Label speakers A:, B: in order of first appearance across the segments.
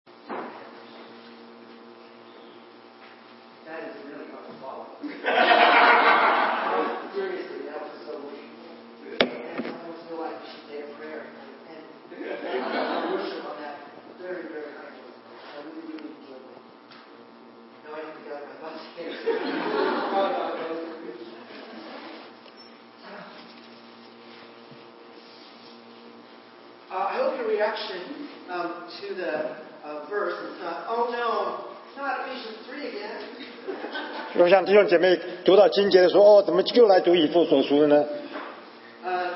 A: Seriously, that was so weak. And I almost feel like we should say a prayer. And and worship on that very, very high note. I really, really enjoyed it. No, I don't got my thoughts here. Uh, I hope your reaction um, to the uh, verse is not, oh no, it's not Ephesians 3 again.
B: 我想弟兄姐妹读到经节的时候，哦，怎么又来读以父所书了呢？
A: Uh,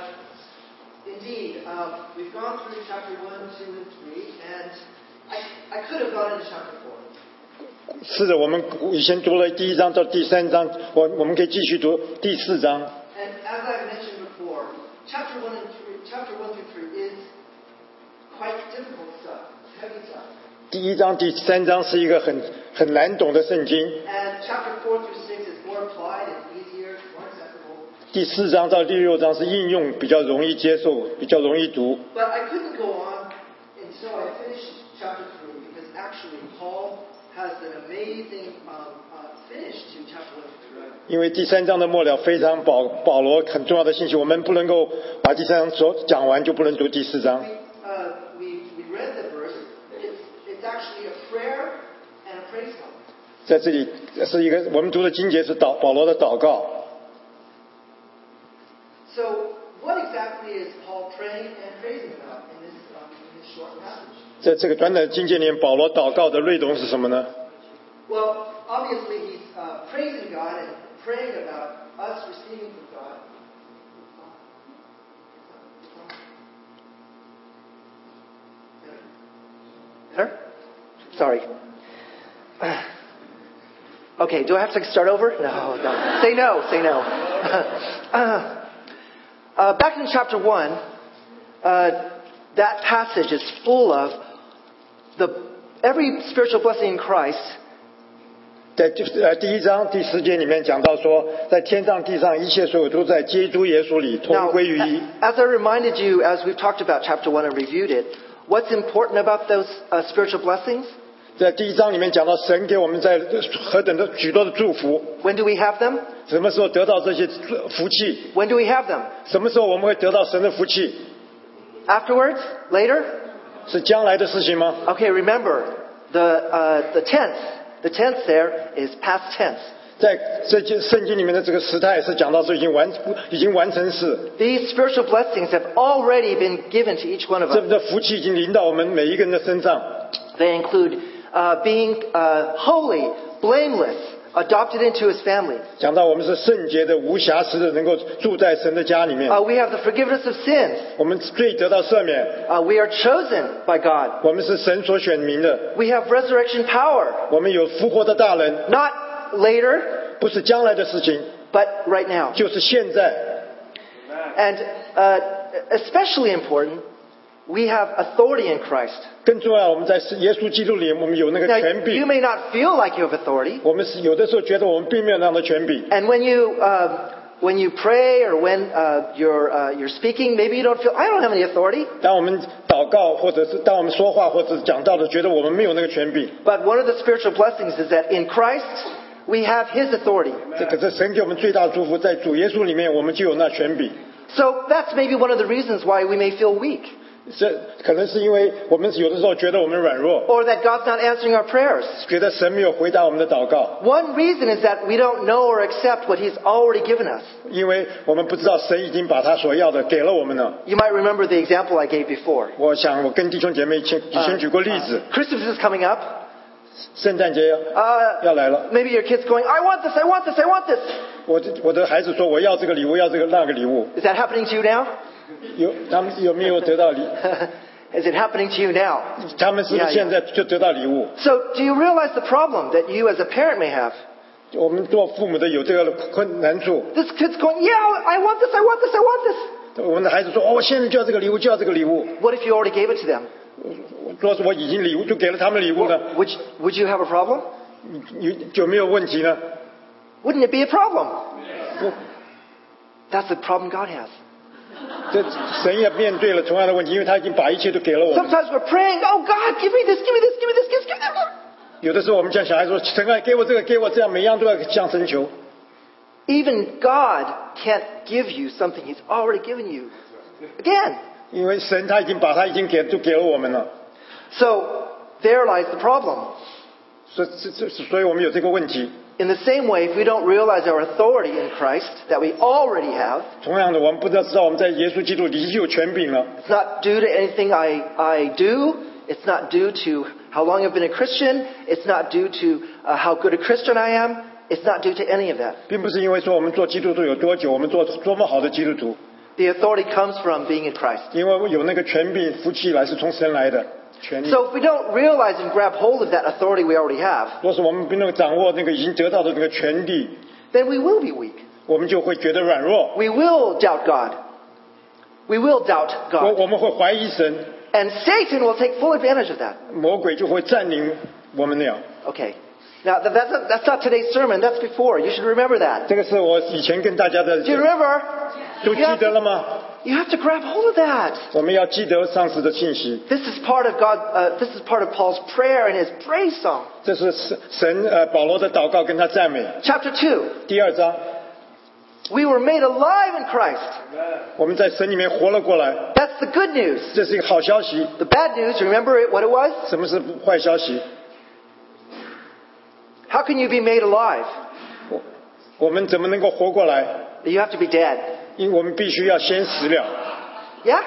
A: indeed, uh, we've gone through chapter 1, 2, and 3, and I, I could have gone into chapter 4.
B: 是的，我们以前读了第一章到第三章，我我们可以继续读第四章。
A: And as I've mentioned before, chapter 1 and 3, chapter 1 through 3 is quite difficult stuff, it's heavy stuff.
B: 第一章、第三章是一个很很难懂的圣经，
A: And chapter 4 through 6 is more applied, it's easier, it's more acceptable.
B: 第四章到第六章是应用比较容易接受，比较容易读。
A: But I couldn't go on until I finished chapter 3 because actually Paul has an amazing um, uh, finish to chapter 1 through 3.
B: 因为第三章的末了非常保保罗很重要的信息，我们不能够把第三章所讲完就不能读第四章
A: We,。uh, we, we read the verse. It's, it's actually a prayer and a praise song.
B: 在这里是一个我们读的经节是祷保罗的祷告。
A: So, what exactly is Paul praying and praising about in this, um, in this short passage?
B: 在这个短短的经节里面，保罗祷告的内容是什么呢？
A: Well, obviously, he's uh, praising God and praying about us receiving from God.
C: Sir? Sorry. Okay, do I have to start over? No, no. Say no, say no. Uh, back in chapter 1, uh, that passage is full of the, every spiritual blessing in Christ
B: 在第呃第一章第十节里面讲到说，在天上地上一切所有都在基督耶稣里同
C: Now,
B: 归于一。
C: a- as I reminded you, as we've talked about chapter 1 and reviewed it, what's important about those uh, spiritual blessings?
B: 在第一章里面讲到神给我们在何等的许多的祝福，
C: When do we have them?
B: 什么时候得到这些福气？
C: When do we have them?
B: 什么时候我们会得到神的福气？
C: Afterwards? Later?
B: 是将来的事情吗？
C: Okay, remember, the, uh, the tense, the tense there is past tense.
B: 在这些圣经里面的这个时态是讲到说已经完已经完成式，
C: These spiritual blessings have already been given to each one of
B: 这份
C: us.
B: 的福气已经临到我们每一个人的身上，
C: They include uh, being uh, holy, blameless, adopted into his family.
B: 讲到我们是圣洁的、无瑕疵的，能够住在神的家里面，
C: Uh, we have the forgiveness of sins.
B: 我们罪得到赦免，
C: Uh, we are chosen by God.
B: 我们是神所选民的，
C: We have resurrection power,
B: 我们有复活的大人，
C: not later,
B: 不是将来的事情，
C: but right now.
B: 就是现在。
C: And uh, especially important, we have authority in Christ.
B: 更重要，我们在耶稣基督里，我们有那个
C: Now,
B: 权柄
C: you。may not feel like you have authority,
B: 我们是有的时候觉得我们并没有那样的权柄，
C: and when you uh, when you pray or when uh, you're uh, you're speaking, maybe you don't feel I don't have any authority.
B: 当我们祷告或者是当我们说话或者是讲到的，觉得我们没有那个权柄。
C: But one of the spiritual blessings is that in Christ we have His authority.
B: 这可是神给我们最大的祝福，在主耶稣里面，我们就有那权柄。
C: So that's maybe one of the reasons why we may feel weak,
B: 这可能是因为我们有的时候觉得我们软弱，
C: or that God's not answering our prayers.
B: 觉得神没有回答我们的祷告，
C: One reason is that we don't know or accept what He's already given us.
B: 因为我们不知道神已经把他所要的给了我们了。
C: You might remember the example I gave before. Uh,
B: 我想我跟弟兄姐妹前以前举过例子，
C: Christmas is coming up.
B: 圣诞节
C: Uh,
B: 要来了，
C: maybe your kid's going, I want this, I want this, I want this.
B: 我的我的孩子说我要这个礼物，要这个那个礼物，
C: Is that happening to you now?
B: 有他们有没有得到礼？
C: is it happening to you now?
B: 他们是不是
C: Yeah, yeah.
B: 现在就得到礼物？
C: So, do you realize the problem that you as a parent may have?
B: 我们做父母的有这个困难处，
C: This kid's going, Yeah, I want this, I want this, I want
B: 我们的孩子说哦，我现在就要这个礼物，就要这个礼物。
C: this. What if you already gave it to them?
B: 若是我已经礼物就给了他们礼物呢，
C: Would you, would you have a problem?
B: 有有没有问题呢？
C: Wouldn't it be a problem? That's the problem God has.
B: 这神也面对了同样的问题，因为他已经把一切都给了 我们。
C: Sometimes we're praying, Oh God, give me this, give me this, give me this, give me this. Give me this.
B: 有的时候我们向小孩说：“神啊，给我这个，给我这样，每样都要向神求。”
C: Even God can't give you something He's already given you. Again.
B: 因为神他已经把他已经给都给了我们了，
C: So there lies the problem.
B: 所以所以所以我们有这个问题。
C: In the same way, if we don't realize our authority in Christ that we already have,
B: 同样的，我们不知道知道我们在耶稣基督里已经有权柄了，
C: it's not due to anything I, I do. It's not due to how long I've been a Christian. It's not due to uh, how good a Christian I am. It's not due to any of that.
B: 并不是因为说我们做基督徒有多久，我们做多么好的基督徒，
C: The authority comes from being in Christ.
B: 因为有那个权柄、福气来是从神来的权利。
C: So if we don't realize and grab hold of that authority we already have,
B: 若是我们不能掌握那个已经得到的那个权利，
C: then we will be weak.
B: 我们就会觉得软弱，
C: We will doubt God. We will doubt
B: 我
C: God.
B: 我们会怀疑神，
C: And Satan will take full advantage of that.
B: 魔鬼就会占领我们了。
C: Okay. Now, th- that's not, that's not today's sermon. That's before. You should remember that.
B: 这个是我以前跟大家的
C: Do you
B: 都
C: remember? You
B: 记得
C: have,
B: 了吗？
C: you have to grab hold of that.
B: 我们要记得上司的信息，
C: This is part of God. Uh, this is part of Paul's prayer and his praise song.
B: 这是神神呃保罗的祷告跟他赞美。
C: Chapter two.
B: 第二章，
C: We were made alive in Christ.
B: 我们在神里面活了过来，
C: That's the good news.
B: 这是一个好消息。
C: The bad news. Remember it, what it was?
B: 什么是坏消息？
C: How can you be made alive?
B: 我我们怎么能够活过来？
C: You have to be dead.
B: 因为我们必须要先死了。
C: Yeah.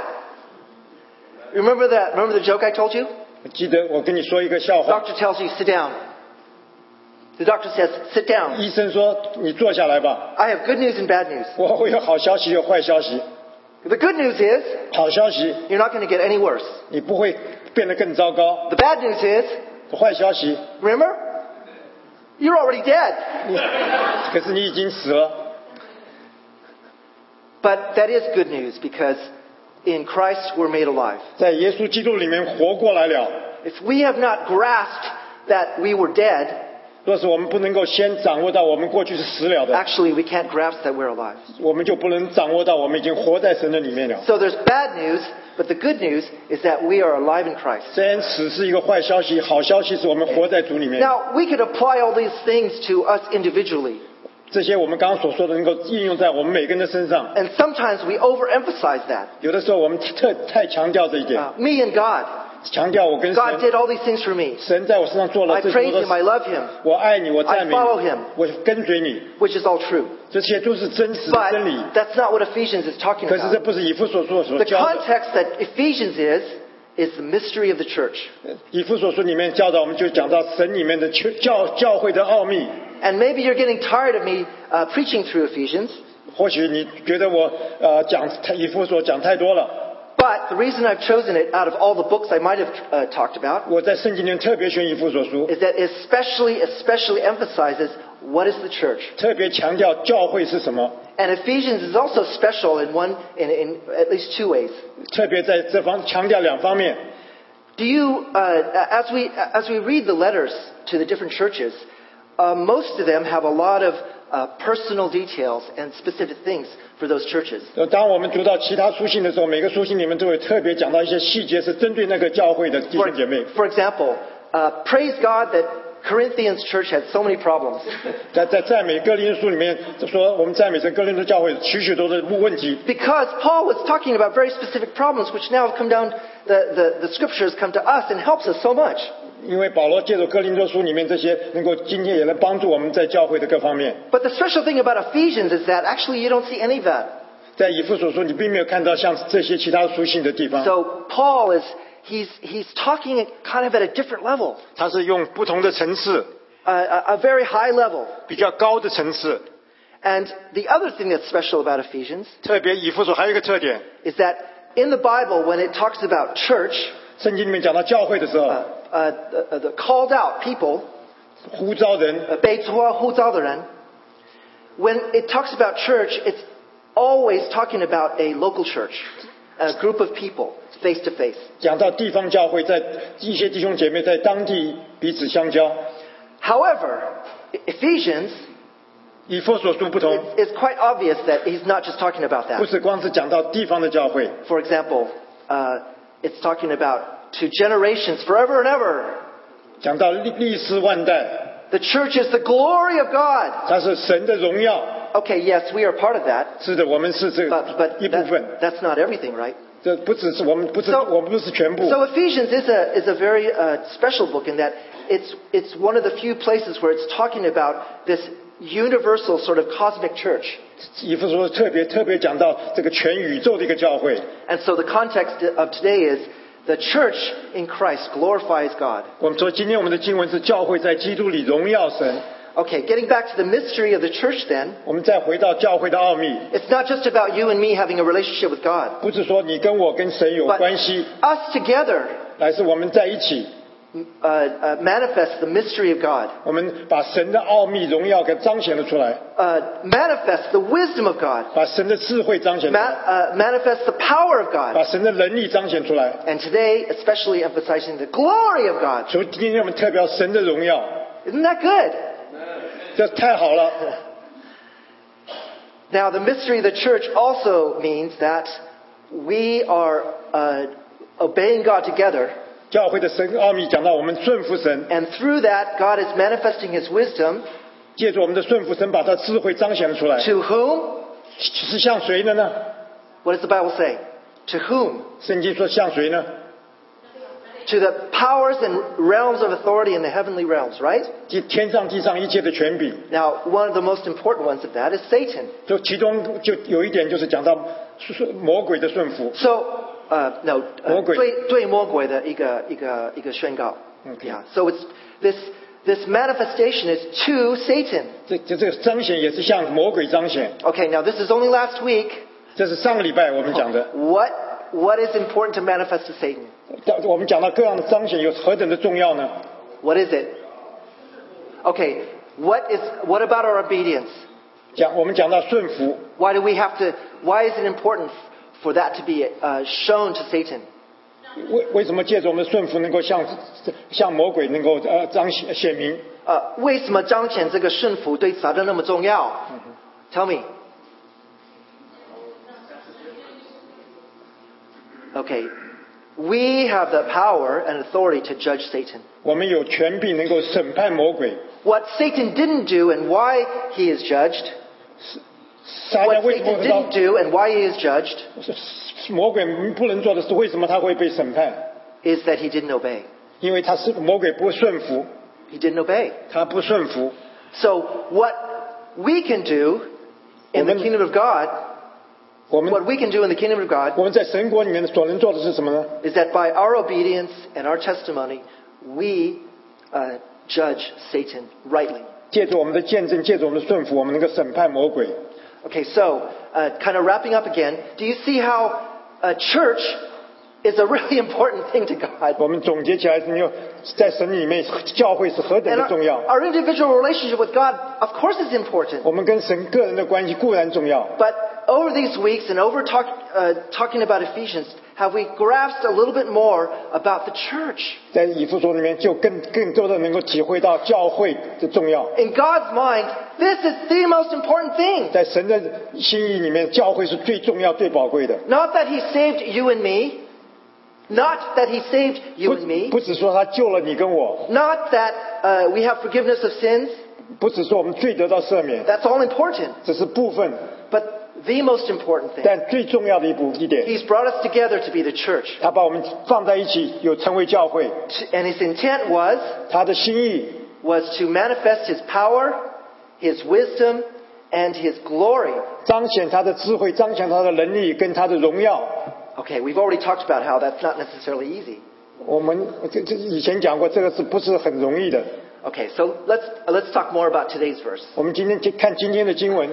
C: Remember that? Remember the joke I told you?
B: 记得我跟你说一个笑话，
C: Doctor tells you sit down. The doctor says sit down.
B: 医生说你坐下来吧。
C: I have good news and bad news.
B: 我会有好消息，有坏消息。
C: The good news is
B: 好消息，
C: you're not going to get any worse.
B: 你不会变得更糟糕；
C: The bad news is
B: 坏消息，
C: remember you're already dead.
B: 你可是你已经死了。
C: But that is good news because in Christ we're made alive.
B: 在耶稣基督里面活过来了。
C: If we have not grasped that we were dead,
B: 若是我们不能够先掌握到我们过去是死了的，
C: actually we can't grasp that we're alive.
B: 我们就不能掌握到我们已经活在神的里面了。
C: So there's bad news, but the good news is that we are alive in Christ.
B: 虽然死是一个坏消息，好消息是我们活在主里面。
C: Now, we could apply all these things to us individually,
B: 这些我们刚刚所说的，能够应用在我们每个人的身上。
C: and sometimes we overemphasize that.
B: 有的时候我们特太强调这一点，
C: Uh, me and God.
B: 强调我跟
C: God
B: 神，
C: did all these things for me.
B: 神在我身上做
C: I
B: 了这么
C: praise
B: 多
C: Him, I
B: 的。
C: love Him,
B: 我爱你，我赞美
C: I follow him.
B: 你，我跟随你，
C: which is all true.
B: 这些都是真实的
C: But
B: 真理。
C: that's not what Ephesians is talking
B: 可是这
C: about.
B: 不是以父所说所
C: The
B: 教的，
C: context that Ephesians is, is the mystery of the church.
B: 以父所说里面教导，我们就讲到神里面的教教教会的奥秘。
C: And maybe you're getting tired of me uh, preaching through Ephesians,
B: 或许你觉得我呃讲太以父所讲太多了，
C: but the reason I've chosen it out of all the books I might have uh, talked about
B: 我在圣经里面特别选以父所书，
C: is that it especially, especially emphasizes what is the church.
B: 特别强调教会是什么，
C: And Ephesians is also special in one, in, in at least two ways.
B: 特别在这方强调两方面。
C: Do you, uh, as we as we read the letters to the different churches, uh, most of them have a lot of uh, personal details and specific things for those churches.
B: 呃当我们读到其他书信的时候，每个书信里面都有特别讲到一些细节，是针对那个教会的弟
C: For,
B: 兄姐妹。
C: for example, uh, praise God that Corinthians church had so many problems.
B: 在在赞美哥林书里面说，我们赞美这哥林多教会许许多多的问题，
C: Because Paul was talking about very specific problems, which now have come down, the, the, the scriptures come to us and helps us so much.
B: 因为保罗借助哥林多书里面这些，能够今天也能帮助我们在教会的各方面。
C: But the special thing about Ephesians is that actually you don't see any of that.
B: 在以父所说，你并没有看到像这些其他书信的地方，
C: So Paul is, he's, he's talking kind of at a different level.
B: 它是用不同的层次，
C: a, a- a very high level.
B: 比较高的层次。
C: And the other thing that's special about Ephesians
B: 特别以父所还有一个特点，
C: is that in the Bible, when it talks about church,
B: 圣经里面讲到教会的时候
C: uh,，uh, the, uh, the called out people,
B: 呼召人，
C: uh, 被召呼召的人, when it talks about church, it's always talking about a local church, a group of people, face to face.
B: 讲到地方教会，在一些弟兄姐妹在当地彼此相交。
C: However, E- Ephesians
B: 以父所书不同，
C: is quite obvious that he's not just talking about
B: 不
C: that.
B: 是光是讲到地方的教会，
C: For example, uh, it's talking about to generations forever and ever.
B: 讲到历历史万代，
C: The church is the glory of God.
B: 它是神的荣耀，吗？
C: Okay, yes, we are part of that,
B: 是的，我们是这
C: but, but
B: 一部
C: that-
B: 分，
C: that's not everything, right?
B: 这不只是我们不是
C: So-
B: 我们不是全部。
C: So Ephesians is a, is a very uh, special book in that it's, it's one of the few places where it's talking about this universal sort of cosmic church.
B: 以弗所特别特别讲到这个全宇宙的一个教会，
C: And so the context of today is the church in Christ glorifies God.
B: 我们说今天我们的经文是教会在基督里荣耀神。
C: Okay, getting back to the mystery of the church then,
B: 我们再回到教会的奥秘，
C: it's not just about you and me having a relationship with God,
B: 不是说你跟我跟神有
C: but
B: 关系，
C: us together
B: 乃是我们在一起，
C: uh, uh, manifest the mystery of God,
B: 我们把神的奥秘荣耀给彰显了出来，
C: uh, manifest the wisdom of God,
B: 把神的智慧彰显出
C: ma-
B: 来，
C: uh, manifest the power of God.
B: 把神的能力彰显出来。
C: And today, especially emphasizing the glory of God.
B: 所以今天我们特别要神的荣耀，
C: Isn't that good?
B: 这太好了。
C: Now, the mystery of the church also means that we are uh, obeying God together,
B: 教会的神奥秘讲到，我们顺服神，
C: and through that, God is manifesting His wisdom
B: 借着我们的顺服神，把他智慧彰显了出来。
C: to whom?
B: 是向谁的呢？
C: What does the Bible say? To whom?
B: 圣经说向谁呢？
C: To the powers and realms of authority in the heavenly realms, right?
B: 即天上地上一切的权柄。
C: Now, one of the most important ones of that is Satan.
B: 就其中就有一点就是讲到顺魔鬼的顺服。
C: So, uh, no, uh,
B: 魔鬼。
C: 对对魔鬼的一个一个一个宣告。
B: Okay.
C: Yeah. So it's this this manifestation is to Satan.
B: 这这这个彰显也是向魔鬼彰显。
C: Okay. Now this is only last week.
B: 这是上个礼拜我们讲的，
C: What what is important to manifest to Satan?
B: 但我们讲到各样的彰显有何等的重要呢？
C: What is it? Okay. What is what about our obedience?
B: 讲我们讲到顺服，
C: Why do we have to? Why is it important for that to be uh, shown to Satan?
B: 为为什么借着我们的顺服能够向向魔鬼能够呃彰显显明？
C: 呃，为什么彰显这个顺服对撒旦那么重要、t e l l me. Okay, we have the power and authority to judge Satan.
B: 我们有权柄能够审判魔鬼。
C: What Satan didn't do and why he is judged,
B: 撒旦
C: what
B: 为什
C: Satan
B: 么知道
C: didn't do and why he is judged,
B: 魔鬼不能做的是为什么他会被审判？
C: is that he didn't obey.
B: 因为他是魔鬼不顺服，
C: He didn't obey.
B: 他不顺服。
C: So what we can do in the
B: Woman-
C: kingdom of God,
B: 我们
C: what we can do in the kingdom of God
B: 我们在神国里面所能做的是什么呢？
C: is that by our obedience and our testimony, we uh, judge Satan rightly.
B: 借着我们的见证，借着我们的顺服，我们能够审判魔鬼。
C: Okay, so uh, kind of wrapping up again, do you see how a church is a really important thing to God?
B: 我们总结起来，你有在神里面，教会是何等
C: And
B: 的
C: our,
B: 重要。
C: our individual relationship with God, of course, is important.
B: 我们跟神个人的关系固然重要，
C: But over these weeks and over talk, uh, talking about Ephesians, have we grasped a little bit more about the church?
B: 在以弗所里面就更更多的能够体会到教会的重要。
C: In God's mind, this is the most important thing.
B: 在神的心意里面，教会是最重要、最宝贵的。
C: Not that he saved you and me. Not that he saved
B: 不
C: you and me.
B: 不只说他救了你跟我，
C: Not that uh, we have forgiveness of sins.
B: 不只说我们罪得到赦免，
C: That's all important.
B: 只是部分，
C: But the most important thing,
B: 但最重要的一部一点，
C: he's brought us together to be the church.
B: 他把我们放在一起，有成为教会。
C: T- And his intent was,
B: 他的心意
C: was to manifest his power, his wisdom, and his glory.
B: 彰显他的智慧，彰显他的能力跟他的荣耀。
C: Okay, we've already talked about how that's not necessarily easy.
B: 我们这这以前讲过，这个是不是很容易的？
C: Okay, so let's, let's talk more about today's verse.
B: 我们今天就看今天的经文，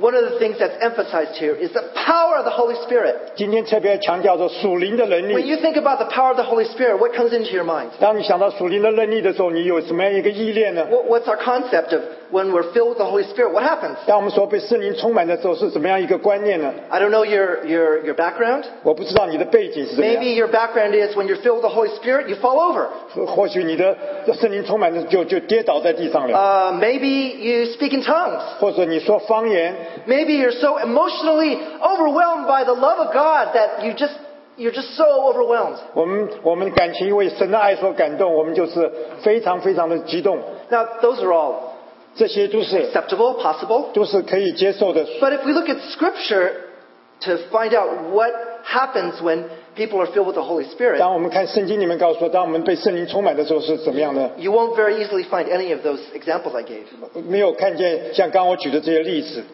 C: One of the things that's emphasized here is the power of the Holy Spirit.
B: 今天特别强调说属灵的能
C: When
B: 力。
C: you think about the power of the Holy Spirit, what comes into your mind?
B: 当你想到属灵的能力的时候，你有什么样一个依恋呢？
C: What- What's our concept of when we're filled with the Holy Spirit? What happens?
B: 当我们说被圣灵充满的时候，是怎么样一个观念呢？
C: I don't know your, your, your background.
B: 我不知道你的背景是怎么
C: Maybe
B: 样，
C: your background is when you're filled with the Holy Spirit, you fall over.
B: 或许你的圣灵充满的就就跌倒在地上了，
C: Uh, maybe you speak in tongues.
B: 或者你说方言，
C: Maybe you're so emotionally overwhelmed by the love of God that you just, you're just so overwhelmed.
B: 我们我们感情为神的爱所感动，我们就是非常非常的激动。
C: Now, those are all
B: 这些都是
C: acceptable, possible.
B: 都是可以接受的。
C: But if we look at Scripture to find out what happens when people are filled with the Holy Spirit,
B: 当我们看圣经里面告诉说，当我们被圣灵充满的时候是怎么样的？
C: you won't very easily find any of those examples I gave.
B: 没有看见像刚我举的这些例子。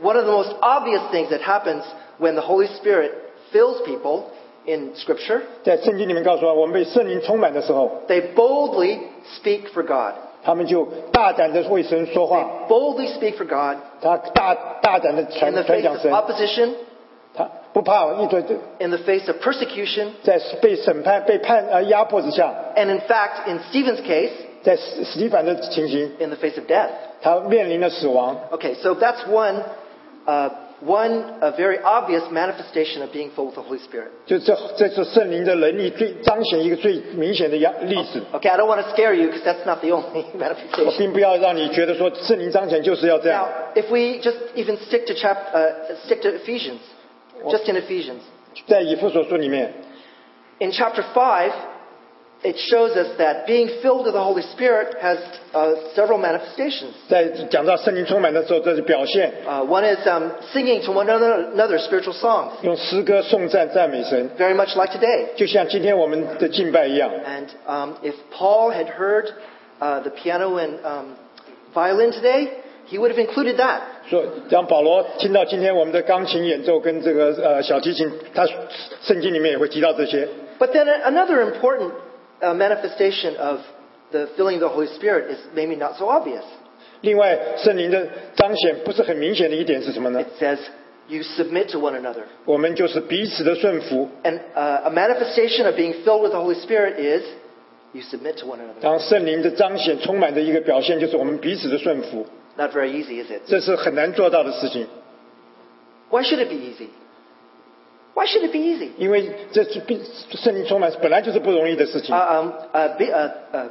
C: One of the most obvious things that happens when the Holy Spirit fills people in Scripture,
B: 在圣经里面告诉我，我们被圣灵充满的时候，
C: they boldly speak for God.
B: 他们就大胆的为神说话，
C: Boldly speak for God
B: 他大大胆的
C: in the
B: 传传
C: face
B: 讲
C: of
B: 神，
C: opposition,
B: 他不怕一直
C: in the face of persecution,
B: 在被审判、被判呃压迫之下，
C: and in fact, in Stephen's case,
B: 在史史蒂凡的情形，
C: in the face of death.
B: 他面临了死亡。
C: Okay, so that's one, uh, one a very obvious manifestation of being filled with the Holy Spirit.
B: 就这，这是圣灵的能力最彰显一个最明显的样例子，
C: Okay, I don't want to scare you because that's not the only
B: 我
C: manifestation.
B: 并不要让你觉得说圣灵彰显就是要这样。
C: Now, if we just even stick to chap, uh, stick to Ephesians, just in Ephesians,
B: 在以父所书里面，
C: in chapter five, it shows us that being filled with the Holy Spirit has uh, several manifestations.
B: 在讲到圣灵充满的时候，这是表现
C: Uh, one is um, singing to one another, another spiritual songs,
B: 用诗歌颂赞赞美神，
C: very much like today.
B: 就像今天我们的敬拜一样。
C: And um, if Paul had heard uh, the piano and um, violin today, he would have included that.
B: 说，让保罗听到今天我们的钢琴演奏跟这个呃小提琴，他圣经里面也会提到这些。
C: But then a- another important uh, manifestation of the filling of the Holy Spirit is maybe not so obvious.
B: 另外，圣灵的彰显不是很明显的一点是什么呢
C: It？says you submit to one another.
B: 我们就是彼此的顺服。
C: And uh, a manifestation of being filled with the Holy Spirit is you submit to one another.
B: 当圣灵的彰显充满的一个表现，就是我们彼此的顺服，
C: Not very easy, is it?
B: 这是很难做到的事情，
C: Why should it be easy? Why should it be easy?
B: 因为这是必圣灵充满本来就是不容易的事
C: Uh,
B: 情。
C: um, uh, be, uh, uh,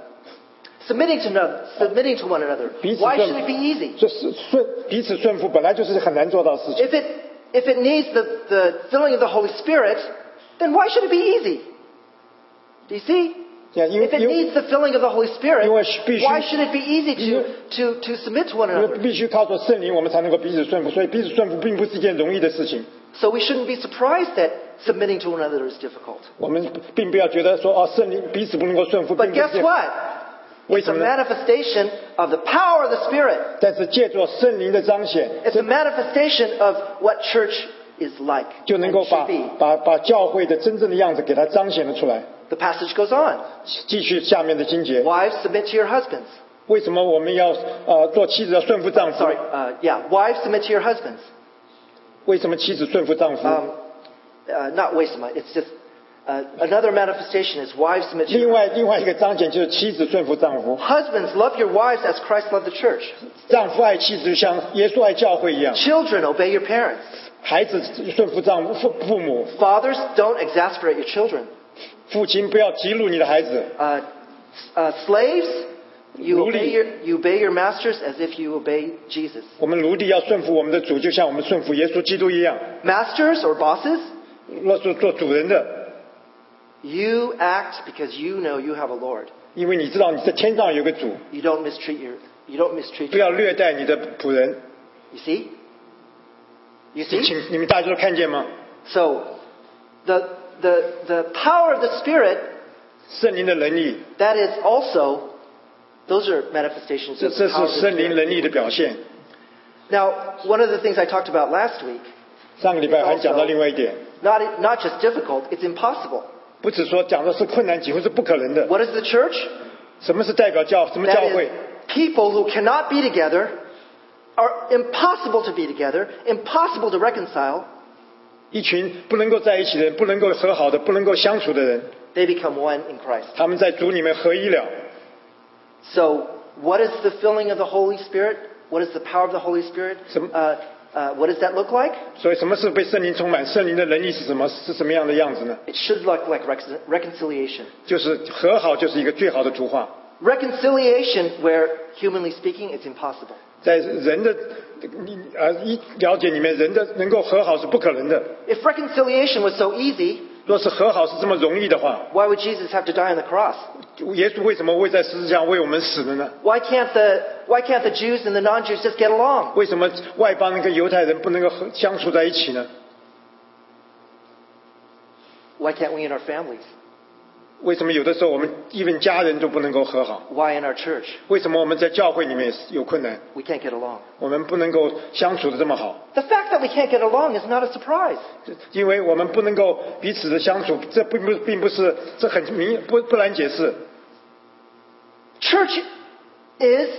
C: submitting to another, submitting to one another.
B: 彼此
C: Why
B: 顺
C: should it be easy?
B: 这是顺彼此顺服本来就是很难做到的事情。
C: If it if it needs the, the filling of the Holy Spirit, then why should it be easy? Do you see?
B: Yeah, you-
C: if it
B: you-
C: needs the filling of the Holy Spirit,
B: 因为必须-
C: why should it be easy to, to, to submit to one
B: 因为
C: another?
B: 必须靠着圣灵，我们才能够彼此顺服，所以彼此顺服并不是一件容易的事情。
C: So we shouldn't be surprised that submitting to one another is difficult.
B: 我们并不要觉得说哦，圣灵彼此不能够顺服，并
C: But
B: 不是
C: guess
B: 这样
C: what?
B: 为
C: It's
B: 什
C: a
B: 么呢？
C: manifestation of the power of the Spirit.
B: 但是借助圣灵的彰显，
C: It's a manifestation of what church is like.
B: 就能够
C: and
B: 把
C: should be.
B: 把把教会的真正的样子给它彰显了出来。
C: The passage goes on.
B: 继续下面的经节，
C: Wives, submit to your husbands.
B: 为什么我们要呃做妻子要顺服丈夫？
C: Sorry, uh, yeah, wives, submit to your husbands.
B: 为什么妻子顺服丈夫？
C: Um, uh, not waste of money. It's just uh, another manifestation is wives submit to
B: 另
C: your
B: 外另外一个彰显就是妻子顺服丈夫，
C: husbands. Love your wives as Christ loved the church.
B: 丈夫爱妻子就像耶稣爱教会一样，
C: Children, obey your parents.
B: 孩子顺服丈夫父父母，
C: Fathers, don't exasperate your children.
B: 父亲不要激怒你的孩子，
C: Uh, s- uh, slaves, you
B: 奴隶。
C: obey, your, you obey your masters as if you obey Jesus.
B: 我们奴隶要顺服我们的主，就像我们顺服耶稣基督一样。
C: Masters or bosses,
B: 若是做主人的，
C: you act because you know you have a Lord.
B: 因为你知道你在天上有个主，
C: You don't mistreat your you don't mistreat.
B: 不
C: Your,
B: 要虐待你的仆人。
C: you see. You
B: 你
C: see.
B: 请你们大家都看见吗？
C: So, the, the, the power of the Spirit,
B: 圣灵的能力，
C: that is also, those are manifestations
B: 这
C: of the
B: 这
C: power of
B: 是
C: the
B: 圣灵
C: Spirit.
B: 能力的表现。
C: Now, one of the things I talked about last week,
B: 上个礼拜还讲到另外一点，
C: not, not just difficult, it's impossible.
B: 不止说讲的是困难，几乎是不可能的。
C: What is the church?
B: 什么是代表教？什么教
C: That
B: 会
C: is,？people who cannot be together, are impossible to be together, impossible to reconcile,
B: 一群不能够在一起的人，不能够和好的，不能够相处的人，
C: they become one in Christ.
B: 他们在主里面合一了。
C: So, what is the filling of the Holy Spirit? What is the power of the Holy Spirit?
B: Some-
C: uh, uh, what does that look like?
B: 所以，什么是被圣灵充满？圣灵的能力是什么？是什么样的样子呢？
C: It should look like recon- reconciliation.
B: 就是和好，就是一个最好的图画。
C: Reconciliation, where humanly speaking, it's impossible.
B: 在人的呃一了解里面，人的能够和好是不可能的。
C: If reconciliation was so easy,
B: 若是和好是这么容易的话，
C: why would Jesus have to die on the cross?
B: 耶稣为什么会在十字架为我们死了呢？
C: Why can't the, why can't the Jews and the non-Jews just get along?
B: 为什么外邦人跟犹太人不能够和相处在一起呢？
C: Why can't we in our families?
B: 为什么有的时候我们 even 家人都不能够和好？
C: Why in our church?
B: 为什么我们在教会里面也是有困难？
C: We can't get along.
B: 我们不能够相处的这么好，
C: The fact that we can't get along is not a surprise.
B: 因为我们不能够彼此的相处，这并不并不是这很明不不难解释。
C: Church is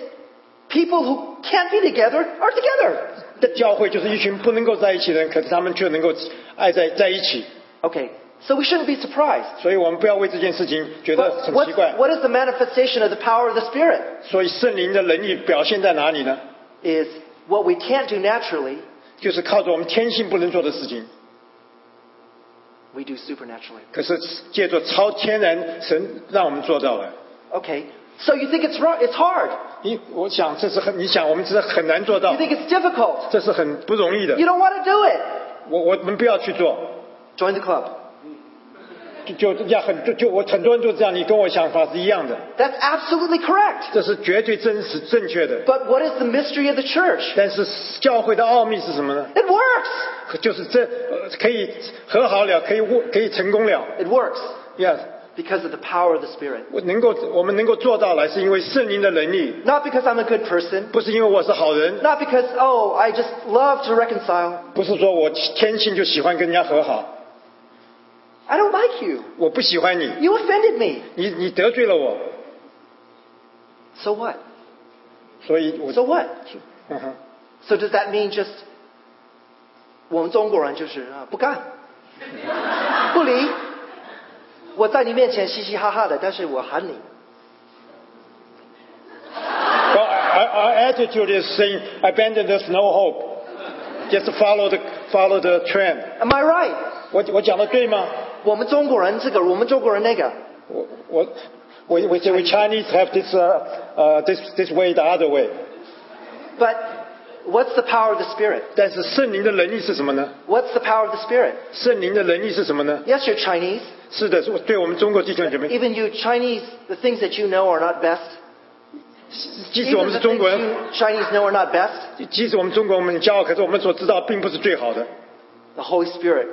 C: people who can't be together are together.
B: 这教会就是一群不能够在一起的人，可是他们却能够爱在在一起，
C: Okay, so we shouldn't be surprised.
B: 所以我们不要为这件事情觉得
C: But
B: 很
C: what,
B: 奇怪。
C: what is the manifestation of the power of the Spirit?
B: 所以圣灵的能力表现在哪里呢？
C: Is what we can't do naturally,
B: 就是靠着我们天性不能做的事情，
C: we do supernaturally.
B: 可是借着超天然神让我们做到了。
C: Okay, so you think it's wrong, it's hard.
B: 你我想这是很，你想我们这是很难做
C: You
B: 到，
C: think it's difficult.
B: 这是很不容易的
C: You。don't want to do
B: 我我们不要去做，
C: it. Join the club.
B: 就就要很就就我很多人都这样，你跟我想法是一样的，
C: That's absolutely correct.
B: 这是绝对真实正确的。
C: But what is the mystery of the church?
B: 但是教会的奥秘是什么呢？
C: It works.
B: 可就是这、呃可以和好了，可以握可以成功了
C: It works
B: ，yes，
C: because of the power of the Spirit.
B: 我能够我们能够做到了，是因为圣灵的能力，
C: Not because I'm a good person.
B: 不是因为我是好人，
C: Not because, oh, I just love to reconcile.
B: 不是说我天性就喜欢跟人家和好，
C: I don't like you.
B: 我不喜欢你，
C: You offended me.
B: 你你得罪了我，
C: So what?
B: 所以我
C: So what?
B: 嗯哼，
C: So does that mean just 我们中国人就是啊不干，不理，我在你面前嘻嘻哈哈的，但是我喊你。
B: Well, our, our attitude is saying, abandon there's no hope. Just follow the, follow the trend.
C: Am I right?
B: 我我讲的对吗？
C: 我们中国人这个，我们中国人那个。
B: 我我我我 we Chinese have this uh, uh this this way the other way。
C: But what's the power of the Spirit?
B: 但是圣灵的能力是什么呢？
C: What's the power of the Spirit?
B: 圣灵的能力是什么呢？
C: Yes, you're Chinese.
B: 是的，是我对我们中国弟兄姐妹，
C: Even you Chinese, the things that you know are not best.
B: 即使我
C: Even
B: 们
C: the
B: 是
C: things
B: 中国人，
C: you Chinese know are not best.
B: 即使我们中国我们很骄傲，可是我们所知道并不是最好的。
C: The Holy Spirit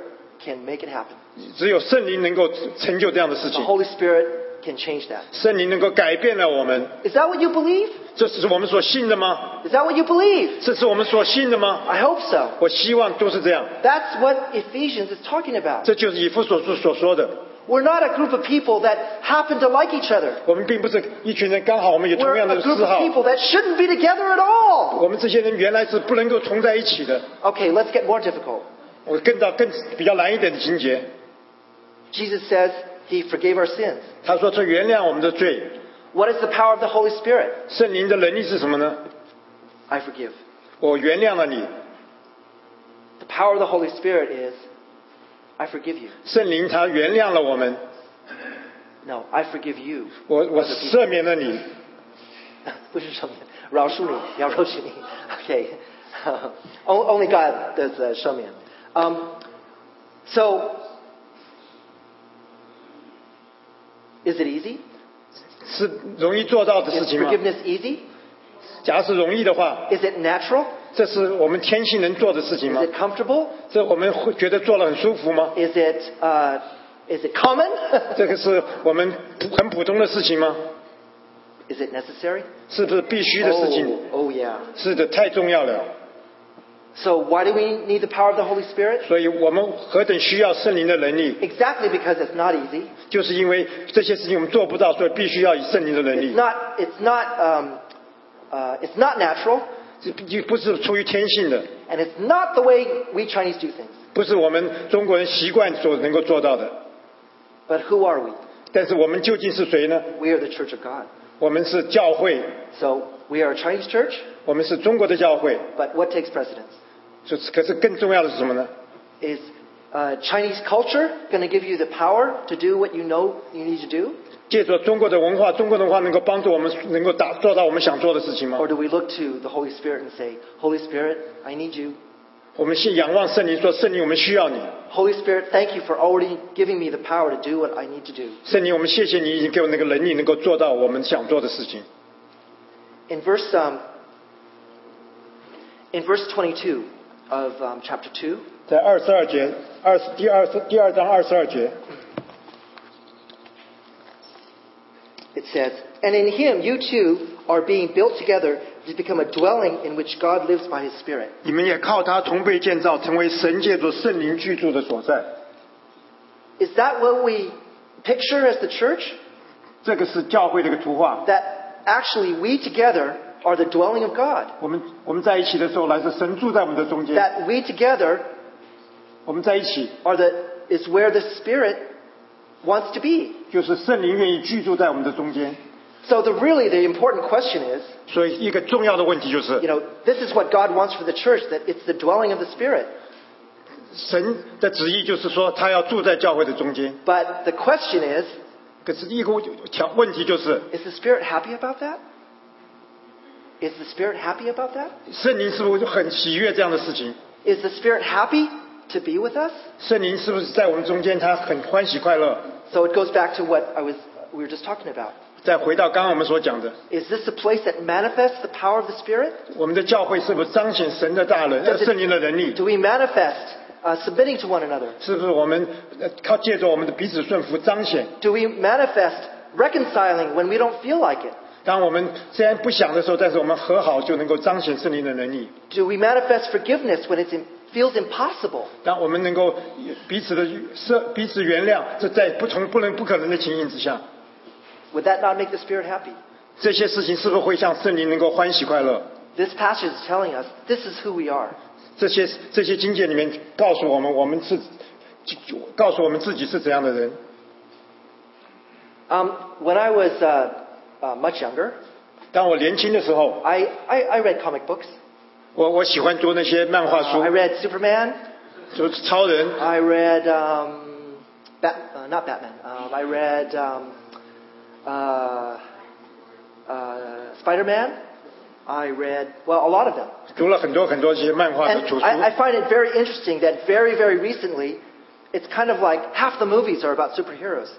C: can make it happen.
B: 只有圣灵能够成就这样的事
C: The
B: 情，
C: Holy Spirit can change that.
B: 圣灵能够改变了我们。
C: Is that what you believe?
B: 这是我们所信的吗？
C: Is that what you believe?
B: 这是我们所信的吗？
C: I hope so.
B: 我希望都是这样。
C: That's what Ephesians is talking about.
B: 这就是以父所书所说的。
C: We're not a group of people that happen to like each other.
B: 我们并不是一群人，刚好我们有同
C: We're
B: 样的
C: a group
B: 嗜好
C: of。people that shouldn't be together at all.
B: 我们这些人原来是不能够从在一起的。
C: Okay, let's get more difficult.
B: 我更到更比较难一点的情节，
C: Jesus says he forgave our sins.
B: 他说是原谅我们的罪。
C: What is the power of the Holy Spirit?
B: 圣灵的能力是什么呢？
C: I forgive.
B: 我原谅了你。
C: The power of the Holy Spirit is I forgive you.
B: 圣灵他原谅了我们，
C: No, I forgive you.
B: 我我赦免了你。
C: 不是赦免，饶恕你，要饶恕你。Okay, O- only God does uh, 赦免. Um, so, is it easy?
B: 是容易做到的事
C: Is
B: 情吗？
C: forgiveness easy?
B: 假如是容易的话，
C: Is it natural?
B: 这是我们天性能做的事情
C: Is
B: 吗？
C: it comfortable?
B: 这我们会觉得做了很舒服吗？
C: Is it uh, is it common?
B: 这个是我们很普通的事情吗？
C: is it necessary?
B: 是不是必须的事情？
C: Oh, oh yeah.
B: 是的，太重要了。
C: So why do we need the power of the Holy Spirit?
B: 所以我们何等需要圣灵的能力，
C: Exactly because it's not easy.
B: 就是因为这些事情我们做不到，所以必须要以圣灵的能
C: It's
B: 力。
C: not it's not um, uh, it's not natural.
B: 这这不是出于天性的，
C: And it's not the way we Chinese do things.
B: 不是我们中国人习惯所能够做到的。
C: But who are we?
B: 但是我们究竟是谁呢？
C: We are the Church of God.
B: 我们是教会，
C: So we are a Chinese church,
B: 我们是中国的教会。
C: but what takes precedence?
B: 就是可是更重要的是什么呢？
C: Is uh, Chinese culture going to give you the power to do what you know you need to do?
B: 借着中国的文化，中国的文化能够帮助我们能够达做到我们想做的事情吗
C: Or？do we look to the Holy Spirit and say, Holy Spirit, I need you?
B: 或我们先仰望圣灵，说：“圣灵，我们需要你。
C: Holy Spirit, thank you for already giving me the power to do what I need to do.
B: 圣灵，我们谢谢你已经给我那个能力，能够做到我们想做的事情。
C: In verse, um, in verse 22 of um, chapter 2, ”
B: 在二十二节，二十第二第二章二十二节，
C: it says, And in him you too are being built together to become a dwelling in which God lives by his Spirit.
B: 你们也靠他同被建造，成为神借助圣灵居住的所在。
C: Is that what we picture as the church?
B: 这个是教会的一个图画。
C: That actually we together are the dwelling of God.
B: 我们我们在一起的时候，来自神住在我们的中间。
C: That we together
B: 我们在一起，
C: are the, is where the Spirit wants to be.
B: 就是圣灵愿意居住在我们的中间。
C: So the really the important question is,
B: 所以，一个重要的问题就
C: you
B: 是，
C: know, this is what God wants for the church, that it's the dwelling of the Spirit.
B: 神的旨意就是说，他要住在教会的中间。
C: But the question is,
B: 可是，一个条问题就是，
C: is the Spirit happy about that? Is the Spirit happy about that?
B: 圣灵是不是很喜悦这样的事情？
C: Is the Spirit happy to be with us?
B: 圣灵是不是在我们中间，他很欢喜快乐？
C: So it goes back to what I was we were just talking about.
B: 再回到刚刚我们所讲的，
C: Is this a place that manifests the power of the Spirit?
B: 我们的教会是不是彰显神的大能、呃
C: Does it-
B: 圣灵的能力？
C: Do we manifest uh, submitting to one another?
B: 是不是我们呃靠借着我们的彼此顺服彰显？
C: Do we manifest reconciling when we don't feel like it?
B: 当我们虽然不想的时候，但是我们和好就能够彰显圣灵的能力。
C: Do we manifest forgiveness when it feels impossible?
B: 当我们能够彼此的赦、彼此原谅，这在不从不能不可能的情形之下，
C: Would that not make the Spirit happy?
B: 这些事情是不是会像圣灵能够欢喜快乐？
C: This passage is telling us this is who we are.
B: 这些这些经典里面告诉我们，我们是告诉我们自己是怎样的人。
C: Um, when I was uh, uh, much younger,
B: 当我年轻的时候，
C: I, I, I read comic books.
B: 我我喜欢读那些漫画
C: I
B: 书，
C: read Superman.
B: 就是超人，
C: I read um, Bat, uh, not Batman. Um, I read um, uh, uh, Spider Man. I read well a lot of them.
B: 读了很多很多这些漫画的图
C: And
B: 书。
C: I, I find it very interesting that very, very recently, it's kind of like half the movies are about superheroes.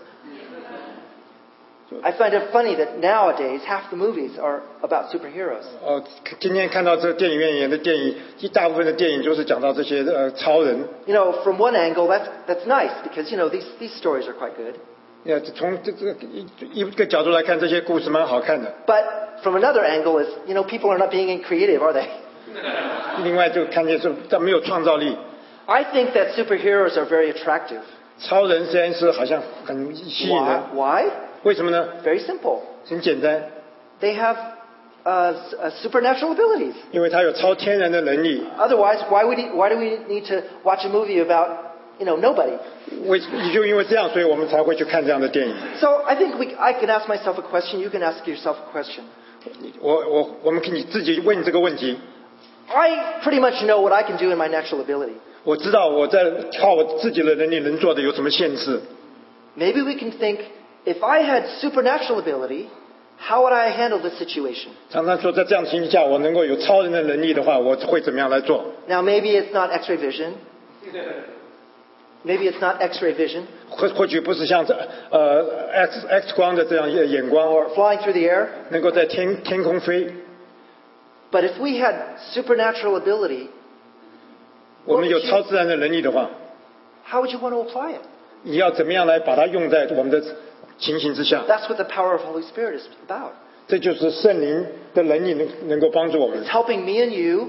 C: I find it funny that nowadays half the movies are about superheroes.
B: 哦，今天看到这个电影院演的电影，一大部分的电影就是讲到这些呃超人。
C: You know, from one angle, that's, that's nice because, you know, these, these stories are quite good.
B: 呃，从这这一一个角度来看，这些故事蛮好看的。
C: But from another angle is, you know, people are not being creative, are they?
B: 另外就看见是但没有创造力。
C: I think that superheroes are very attractive.
B: 超人虽然是好像很吸引人，
C: Why? Why?
B: 为什么呢？
C: Very simple.
B: 很简单，
C: They have uh, s- uh, supernatural abilities.
B: 因为他有超天然的能力。
C: Otherwise, why, would he, why do we need to watch a movie about, you know, nobody?
B: 为也就因为这样，所以我们才会去看这样的电影。
C: So I think we, I can ask myself a question. You can ask yourself a question.
B: 我我我们可以自己问这个问题。
C: I pretty much know what I can do in my natural ability.
B: 我知道我在靠我自己的能力能做的有什么限制。
C: Maybe we can think, if I had supernatural ability, how would I handle this situation?
B: 常常说，在这样情况下，我能够有超人的能力的话，我会怎么样来做？
C: Now, maybe it's not x-ray vision. Maybe it's not x-ray vision
B: 或或许不是像这呃 X X 光的这样眼眼光，
C: or flying through the air.
B: 能够在天天空飞。
C: But if we had supernatural ability,
B: 我们有超自然的能力的话，
C: how would you want to apply it?
B: 你要怎么样来把它用在我们的情形之下？
C: That's what the power of Holy Spirit is about.
B: 这就是圣灵的能力能能够帮助我们
C: It's，helping me and you,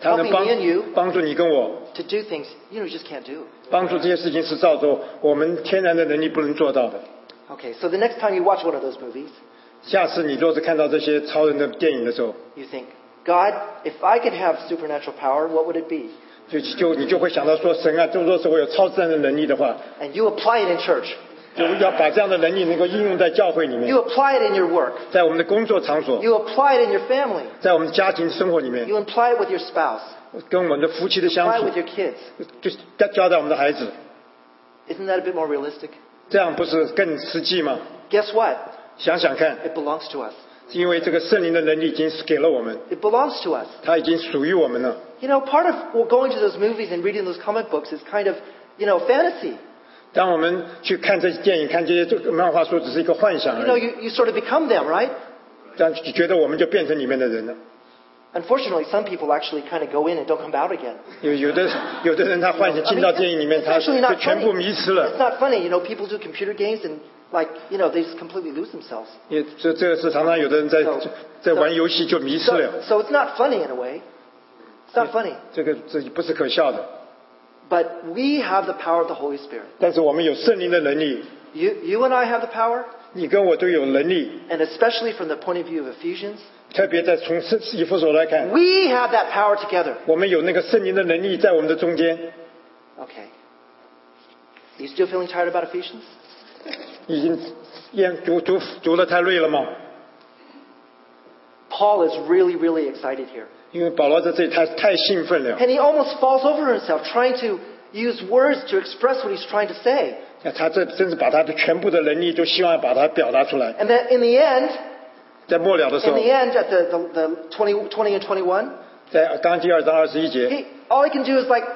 B: 它能
C: helping
B: 帮
C: me and you
B: 帮助你跟我，
C: to do things you know you just can't do.
B: 帮助这些事情是照着我们天然的能力不能做到的。
C: Okay, so the next time you watch one of those movies,
B: 下次你若是看到这些超人的电影的时候，
C: you think, God, if I could have supernatural power, what would it be?
B: 就就你就会想到说，神啊，就若是我有超自然的能力的话，
C: And you apply it in church.
B: 就要把这样的能力能够应用在教会里面
C: You，apply it in your work.
B: 在我们的工作场所，
C: You apply it in your family.
B: 在我们家庭生活里面，
C: You apply it with your spouse.
B: 跟我们的夫妻的
C: Apply
B: 相
C: it
B: 处
C: with，your kids.
B: 就是教教导我们的孩子，
C: Isn't that a bit more realistic?
B: 这样不是更实际吗？
C: Guess what?
B: 想想看，
C: It belongs to us.
B: 因为这个圣灵的能力已经给了我们，
C: It belongs to us.
B: 它已经属于我们了。
C: you know, part of well, going to those movies and reading those comic books is kind of, you know, fantasy.
B: 当我们去看这些电影、看这些漫画书，只是一个幻想
C: You know,
B: 而已，
C: you, you sort of become them, right?
B: 但觉得我们就变成里面的人了。
C: Unfortunately, some people actually kind of go in and don't come out again.
B: 有有的有的人他幻想
C: I
B: 进
C: mean,
B: 到电影里
C: it's-
B: 面，
C: it's
B: 他
C: actually
B: 就
C: not
B: 全部
C: funny.
B: 迷失
C: It's
B: 了。
C: not funny. You know, people do computer games and, like, you know, they just completely lose themselves.
B: 也这这个是常常有的人在
C: So-
B: 在玩游戏就迷失
C: So,
B: 了，
C: so it's not funny in a way. It's not funny.
B: 这个这不是可笑的。
C: But we have the power of the Holy Spirit.
B: 但是我们有圣灵的能力，
C: You, you and I have the power,
B: 你跟我都有能力，
C: and especially from the point of view of Ephesians,
B: 特别在从圣以弗所来看，
C: we have that power together.
B: 我们有那个圣灵的能力在我们的中间，
C: Okay. You still feeling tired about Ephesians?
B: 已经厌读读读的太累了吗？
C: Paul is really, really excited here.
B: 因为保罗在这里他太兴奋了，
C: And he almost falls over himself trying to use words to express what he's trying to say.
B: 他这真是把他的全部的能力都希望把它表达出来。
C: And then in the end,
B: 在末了的时
C: in
B: 候，
C: the end, at the, the, the 20, 20 and 21,
B: 在刚第二章二十一节，
C: he, all he can do is like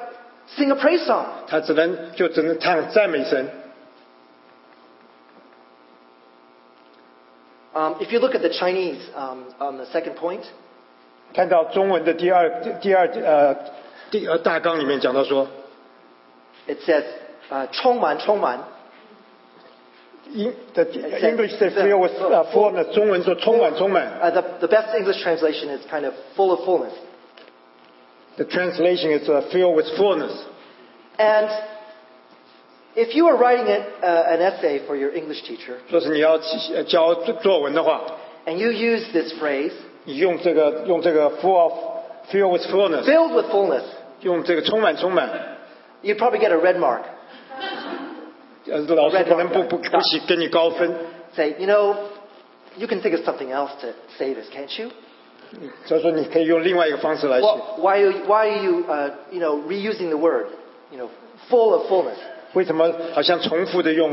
C: sing a praise song.
B: 他只能就只能唱赞美神。
C: Um, if you look at the Chinese um, on the second point,
B: 看到中文的第二第二呃第呃大纲里面讲到说，
C: it says, uh, 充满,充满,
B: 英的呃 English the field was uh, full 的中文说充满充满。
C: Uh, the, the best English translation is kind of full of fullness.
B: The translation is uh, filled with fullness.
C: And if you were writing it, uh, an essay for your English teacher,
B: 说是你要呃教作文的话，
C: and you use this phrase,
B: 你用这个用这个 full of fill with fullness，
C: filled with fullness,
B: 用这个充满充满，
C: you'd probably get a red mark.
B: 呃，老师可能不
C: Red mark,
B: 不
C: right.
B: 不许给你高分，
C: Say, you know, you can think of something else to say this, can't you?
B: 所以说你可以用另外一个方式来写。
C: Well, why are you, why are you, uh, you know, reusing the word, you know, full of fullness?
B: 为什么好像重复的用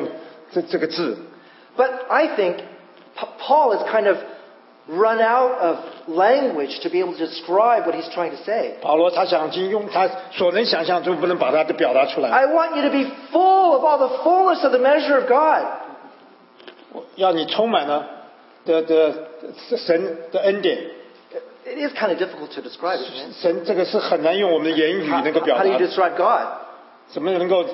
B: 这这个字？
C: But I think P- Paul has kind of run out of language to be able to describe what he's trying to say.
B: 保罗他想尽用他所能想象都不能把它表达出来，
C: I want you to be full of all the fullness of the measure of God.
B: 要你充满了的的神的恩典。
C: It is kind of difficult to describe, isn't it?
B: 神这个是很难用我们的言语
C: How,
B: 能够表
C: how do you
B: 达的，
C: describe God?
B: 怎么能够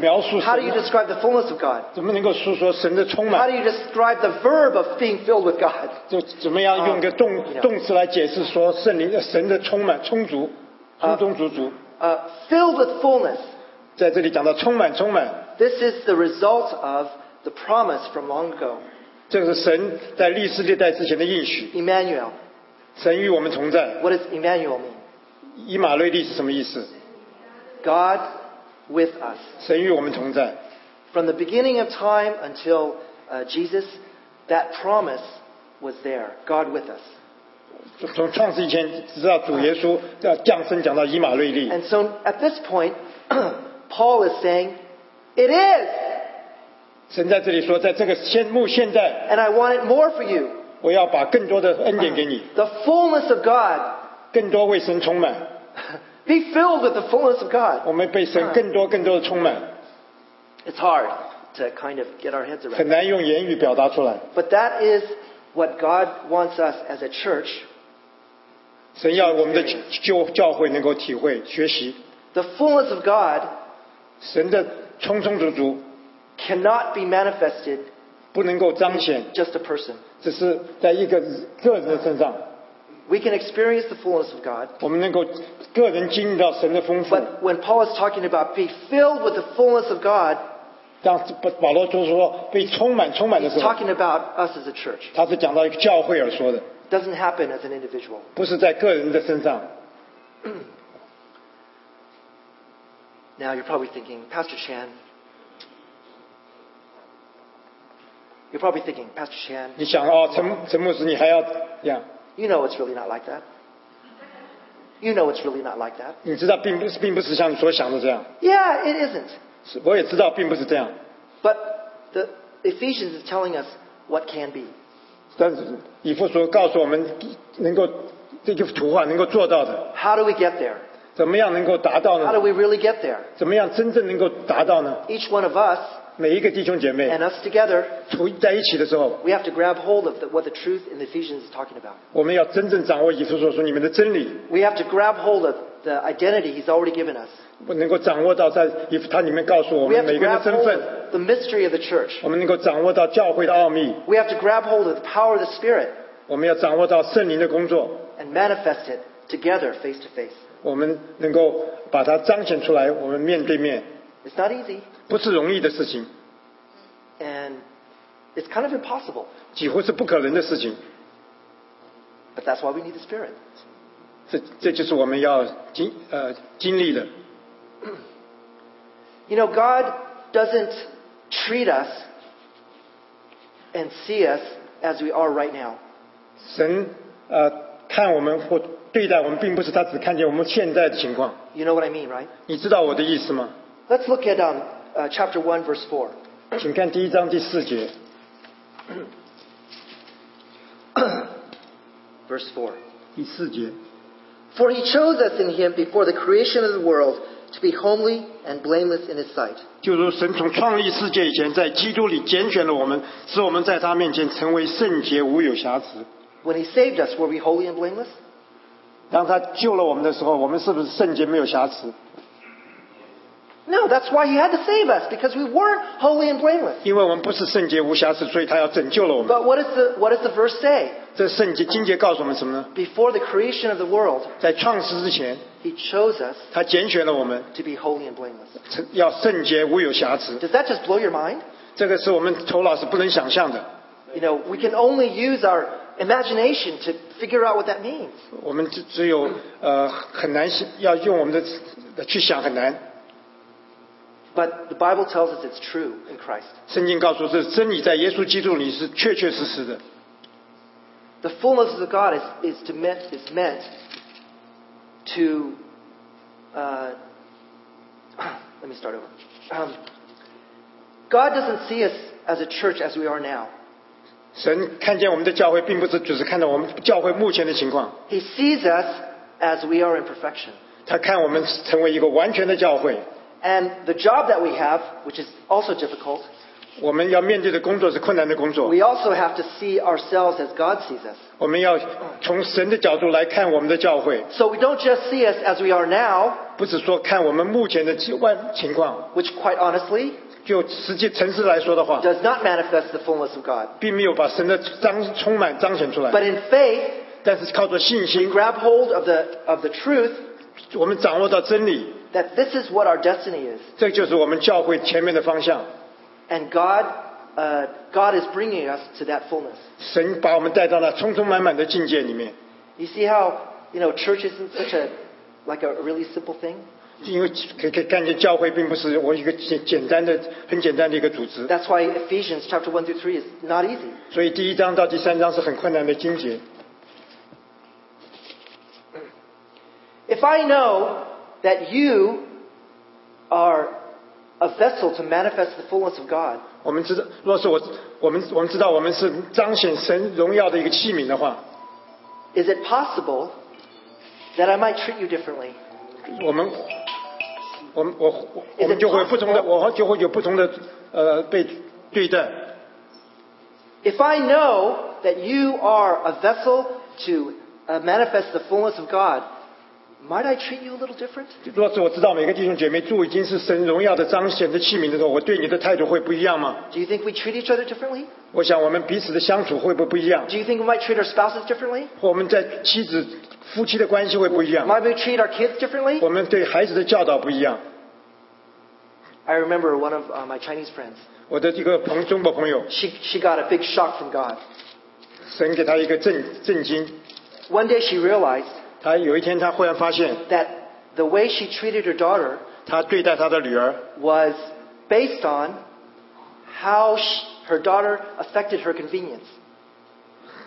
B: 描述
C: How do you
B: 神？
C: describe the fullness of God?
B: 怎么能够诉说神的充
C: How
B: 满
C: do？you describe the verb of being filled with God?
B: 就怎么样用一个动动词来解释说圣灵的神的充满充足，充充足足，
C: Uh, filled with fullness.
B: 在这里讲到充满充满，
C: This is the result of the promise from long ago.
B: 这个是神在历世历代之前的应许，
C: Emmanuel.
B: 神与我们同在。
C: What does Emmanuel mean?
B: 以马内利是什么意思？
C: God with us.
B: 神与我们同在，
C: From the beginning of time until uh, Jesus, that promise was there. God with us.
B: 从创世以前直到主耶稣要降生，讲到以马内利，
C: And so at this point, Paul is saying, It is,
B: 神在这里说，在这个现目现在，
C: and I want it more for you.
B: 我要把更多的恩典给你，
C: The fullness of God.
B: 更多为神充满，
C: Be filled with the fullness of God.
B: 我们被神更多更多的充满，
C: It's hard to kind of get our heads around.
B: 很难用言语表达出来。
C: But that is what God wants us as a church.
B: 神要我们的教教会能够体会学习
C: The fullness of God
B: 神的充充足足，
C: cannot be manifested
B: 不能够彰显
C: in，just a person.
B: 只是在一个个人的身上，
C: We can experience the fullness of God.
B: 我们能够个人经历到神的丰富。
C: But when Paul is talking about be filled with the fullness of God,
B: 当保保罗就是说被充满充满的
C: he's
B: 时候，
C: talking about us as a church.
B: 他是讲到一个教会而说的，
C: It doesn't happen as an individual.
B: 不是在个人的身上。
C: Now you're probably thinking, Pastor Chan, you're probably thinking, Pastor Chan,
B: 你想哦，陈陈牧师，你还要这样？
C: you know it's really not like that. You know it's really not like that.
B: 你知道并不是并不是像你所想的这样，
C: Yeah, it isn't.
B: 是我也知道并不是这样，
C: But the Ephesians is telling us what can be.
B: 但是以父所告诉我们能够这个图画能够做到的，
C: How do we get there?
B: 怎么样能够达到
C: How do
B: 呢？
C: we really get there?
B: 怎么样真正能够达到呢？
C: Each one of us
B: 每一个弟兄姐妹
C: and us together,
B: 处在一起的时候，
C: we have to grab hold of the, what the truth in Ephesians is talking about.
B: 我们要真正掌握以稣所说你们的真理，
C: We have to grab hold of the identity He's already given us.
B: 我能够掌握到在以它里面告诉我
C: We
B: 们
C: have
B: 每
C: to
B: 个人
C: grab
B: 的身
C: hold
B: 份，
C: of the mystery of the church.
B: 我们能够掌握到教会的奥秘，
C: We have to grab hold of the power of the Spirit
B: 我们要掌握到圣灵的工作，
C: and manifest it together, face to face.
B: 我们能够把它彰显出来，我们面对面
C: It's not easy,
B: 不是容易的事情，
C: and it's kind of impossible,
B: 几乎是不可能的事情。
C: but that's why we need the Spirit.
B: 这这就是我们要经呃经历的。
C: You know, God doesn't treat us and see us as we are right now.
B: 神呃看我们或对待我们，并不是他只看见我们现在的情况。
C: You know what I mean, right?
B: 你知道我的意思吗？
C: Let's look at um, uh, chapter 1, verse 4.
B: 请看第一章第四节，
C: Verse 4.
B: 第四节。
D: For he chose us in him before the creation of the world to be homely and blameless in his sight.
B: 就如神从创立世界以前，在基督里拣选了我们，使我们在他面前成为圣洁，无有瑕疵。
C: When he saved us, were we holy and blameless?
B: 当他救了我们的时候，我们是不是圣洁没有瑕疵？
C: No, that's why he had to save us, because we weren't holy and blameless.
B: 因为我们不是圣洁无瑕疵，所以他要拯救了我们。
C: But what, is the, what does the verse say?
B: 这圣洁经节告诉我们什么呢？
C: Before the creation of the world,
B: 在创世之前，
C: he chose us
B: 他拣选了我们，
C: to be holy and blameless.
B: 成要圣洁无有瑕疵。
C: Does that just blow your mind?
B: 这个是我们头脑是不能想象的。
C: You know, we can only use our imagination to figure out what that means.
B: 我们只只有呃很难想要用我们的呃去想很难。
C: But the Bible tells us it's true in Christ.
B: 圣经告诉这真理在耶稣基督里是确确实实的。
C: The fullness of God is, is, to meant, is meant to. Uh, let me start over. Um, God doesn't see us as a church as we are now.
B: 神看见我们的教会，并不是只是看到我们教会目前的情况，
C: He sees us as we are in perfection.
B: 他看我们成为一个完全的教会。
C: And the job that we have, which is also difficult,
B: 我们要面对的工作是困难的工作，
C: we also have to see ourselves as God sees us.
B: 我们要从神的角度来看我们的教会，
C: So we don't just see us as we are now,
B: 不是说看我们目前的情况情况。
C: which quite honestly
B: 就实际诚实来说的话，
C: does not manifest the fullness of God.
B: 并没有把神的彰充满彰显出来
C: But。in faith,
B: 但是靠着信心，
C: grab hold of the, of the truth
B: 我们掌握到真理，
C: that this is what our destiny is.
B: 这就是我们教会前面的方向。
C: And God, uh, God is bringing us to that fullness.
B: 神把我们带到那充充满满的境界里面，
C: You see how, you know, church isn't such a, like a really simple thing?
B: 因为可以可以看见教会并不是我一个简简单的、很简单的一个组织，
C: That's why Ephesians chapter 1 through 3 is not easy.
B: 所以第一章到第三章是很困难的经节。
C: If I know that you are a vessel to manifest the fullness of God,
B: 我们知道，若是我我们我们知道我们是彰显神荣耀的一个器皿的话，
C: is it possible that I might treat you differently?
B: 我们我们我我我们就会有不同的，我就会有不同的呃被对待。
C: If I know that you are a vessel to uh, manifest the fullness of God, might I treat you a little different?
B: 若是我知道每个弟兄姐妹住已经是神荣耀的彰显的器皿的时候，我对你的态度会不一样吗？
C: Do you think we treat each other differently?
B: 我想我们彼此的相处会不会不一样？
C: Do you think we might treat our spouses differently?
B: 或我们在妻子夫妻的关系会不一样？
C: Might we treat our kids differently?
B: 我们对孩子的教导不一样。
C: I remember one of uh, my Chinese friends.
B: 我的一个朋中国朋友，
C: She, she got a big shock from God.
B: 神给他一个震震惊。
C: One day she realized
B: 他有一天，他忽然发现，
C: that the way she treated her daughter
B: 他对待他的女儿
C: was based on how sh her daughter affected her convenience.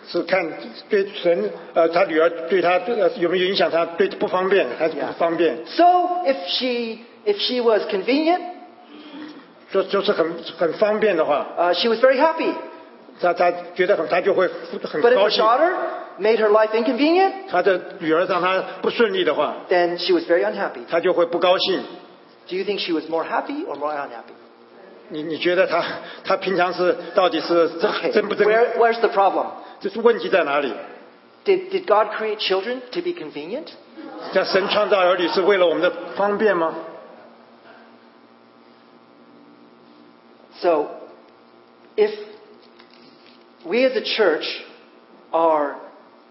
B: 是看对神呃，他女儿对他呃有没有影响他对不方便还是不
C: Yeah.
B: 方便？
C: So if she if she was convenient,
B: 就就是很很方便的话，
C: uh, she was very happy.
B: 他他觉得很他就会很
C: But if
B: 高
C: her
B: 兴。
C: daughter made her life inconvenient,
B: 他的女儿让他不顺利的话，
C: then she was very unhappy.
B: 他就会不高兴。
C: Do you think she was more happy or more unhappy?
B: 你你觉得他他平常是到底是真
C: Okay,
B: 真不真？
C: Where, where's the problem?
B: 这是问题在哪里？
C: Did, did God create children to be convenient?
B: 那神创造儿女是为了我们的方便吗？
C: So, if we as a church are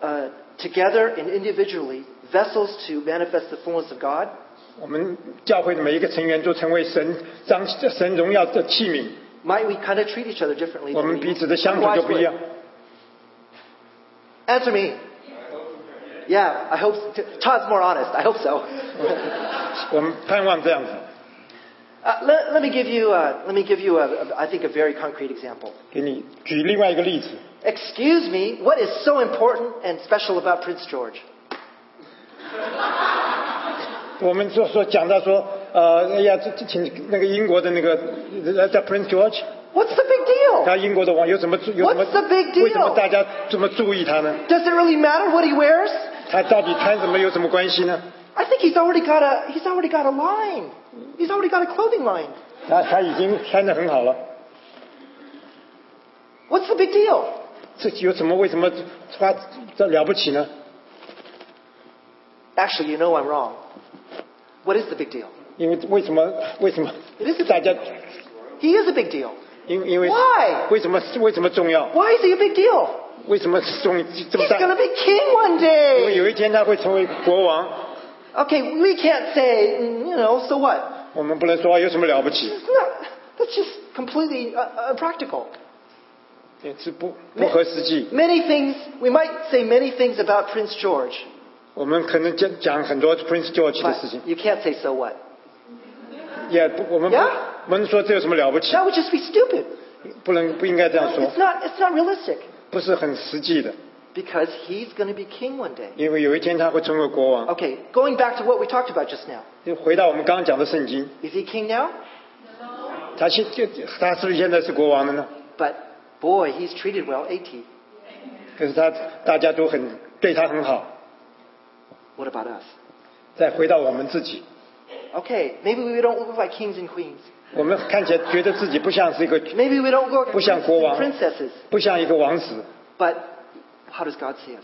C: uh, together and individually vessels to manifest the fullness of God,
B: 我们教会的每一个成员都成为神彰神荣耀的器皿，
C: might we kind of treat each other differently?
B: 我
C: than
B: 们
C: we
B: 彼此的相处就
C: otherwise
B: 不一
C: would?
B: 样。
C: Answer me. Yeah, I hope Todd's more honest. I hope so.
B: 我们盼望这样子。
C: Uh, let, let me give you, uh, let me give you, a, a, I think, a very concrete example.
B: 给你举另外一个例子，
C: Excuse me, what is so important and special about Prince George?
B: 我们就说讲到说，呃，哎呀，这这请那个英国的那个呃叫 Prince George，
C: What's the big deal?
B: 他英国的王有什么有什么
C: What's the big deal？
B: 为什么大家这么注意他呢？
C: Does it really matter what he wears?
B: 他到底穿什么有什么关系呢？
C: I think he's already got a, he's already got a line. He's already got a clothing line.
B: 他他已经穿得很好了，
C: What's the big deal?
B: 这有什么为什么他这了不起呢？
C: Actually, you know I'm wrong. What is the big deal?
B: 因为为什么为什么
C: It is a big
B: 大家
C: He is a big deal.
B: 因因为
C: Why？
B: 为什么为什么重要？
C: Why is he a big deal?
B: 为什么重这么
C: He's
B: 大？
C: going to be king one
B: 因为
C: day.
B: 有一天他会成为国王，
C: Okay, we can't say, mm, you know, so what?
B: 我们不能说有什么了不起，
C: It's not, that's just completely uh, impractical.
B: 也是不不合实际。
C: Many things, we might say many things about Prince George,
B: 我们可能讲讲很多 Prince George 的事情
C: but，you can't say so what.
B: 也不我们
C: Yeah？
B: 不不能说这有什么了不起，
C: That would just be stupid.
B: 不能不应该这样说
C: It's，not, it's not realistic.
B: 不是很实际的。
C: Because he's going to be king one day.
B: 因为有一天他会成为国王。
C: Okay, going back to what we talked about just now.
B: 就回到我们刚刚讲的圣经，
C: Is he king now?
B: 他现就他是不是现在是国王了呢？
C: But boy, he's treated well, ain't he?
B: 可是他大家都很对他很好。
C: What about us?
B: 再回到我们自己，
C: Okay, maybe we don't look like kings and queens.
B: 我们看起来觉得自己不像是一个
C: Maybe we don't look like princes
B: 不像国王。
C: and princesses.
B: 不像一个王子，
C: But how does God see us?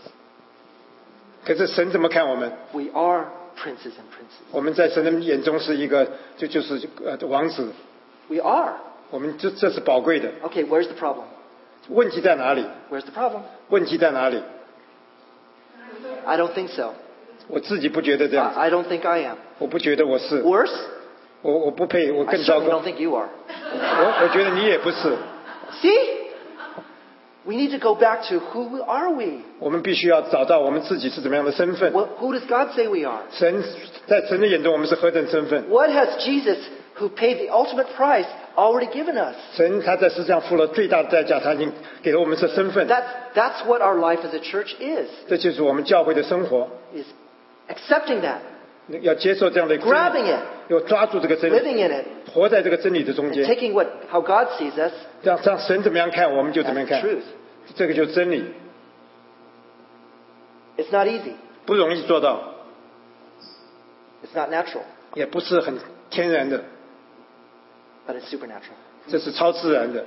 B: 可是神怎么看我们？
C: We are princes and princes.
B: 我们在神的眼中是一个就就是呃王子，
C: We are.
B: 我们这这是宝贵的。
C: Okay, where's the problem?
B: 问题在哪里？
C: Where's the problem?
B: 问题在哪里？
C: I don't think so.
B: 我自己不觉得这样子，
C: I, I don't think I am.
B: 我不觉得我是，
C: Worse?
B: 我我不配，我
C: I
B: 更糟
C: certainly
B: 糕
C: don't。think you are.
B: 我我觉得你也不是，
C: See? We need to go back to who are we?
B: 我们必须要找到我们自己是怎么样的身份。
C: What, who does God say we are?
B: 神在神的眼中，我们是何等身份？
C: What has Jesus, who paid the ultimate price, already given us?
B: 神他在世上付了最大的代价，他已经给了我们这身份。
C: That's, that's what our life as a church is,
B: 这就是我们教会的生活，
C: is accepting that,
B: 要接受这样的真
C: grabbing
B: 理，
C: it,
B: 要抓住这个真理，
C: living in it,
B: 活在这个真理的中
C: and
B: 间，
C: taking what, how God sees us
B: 让让神怎么样看，我们就怎么样
C: as the
B: 看。
C: truth.
B: 这个就是真理，
C: It's not easy.
B: 不容易做到，
C: It's not natural,
B: 也不是很天然的，
C: but it's supernatural.
B: 这是超自然的。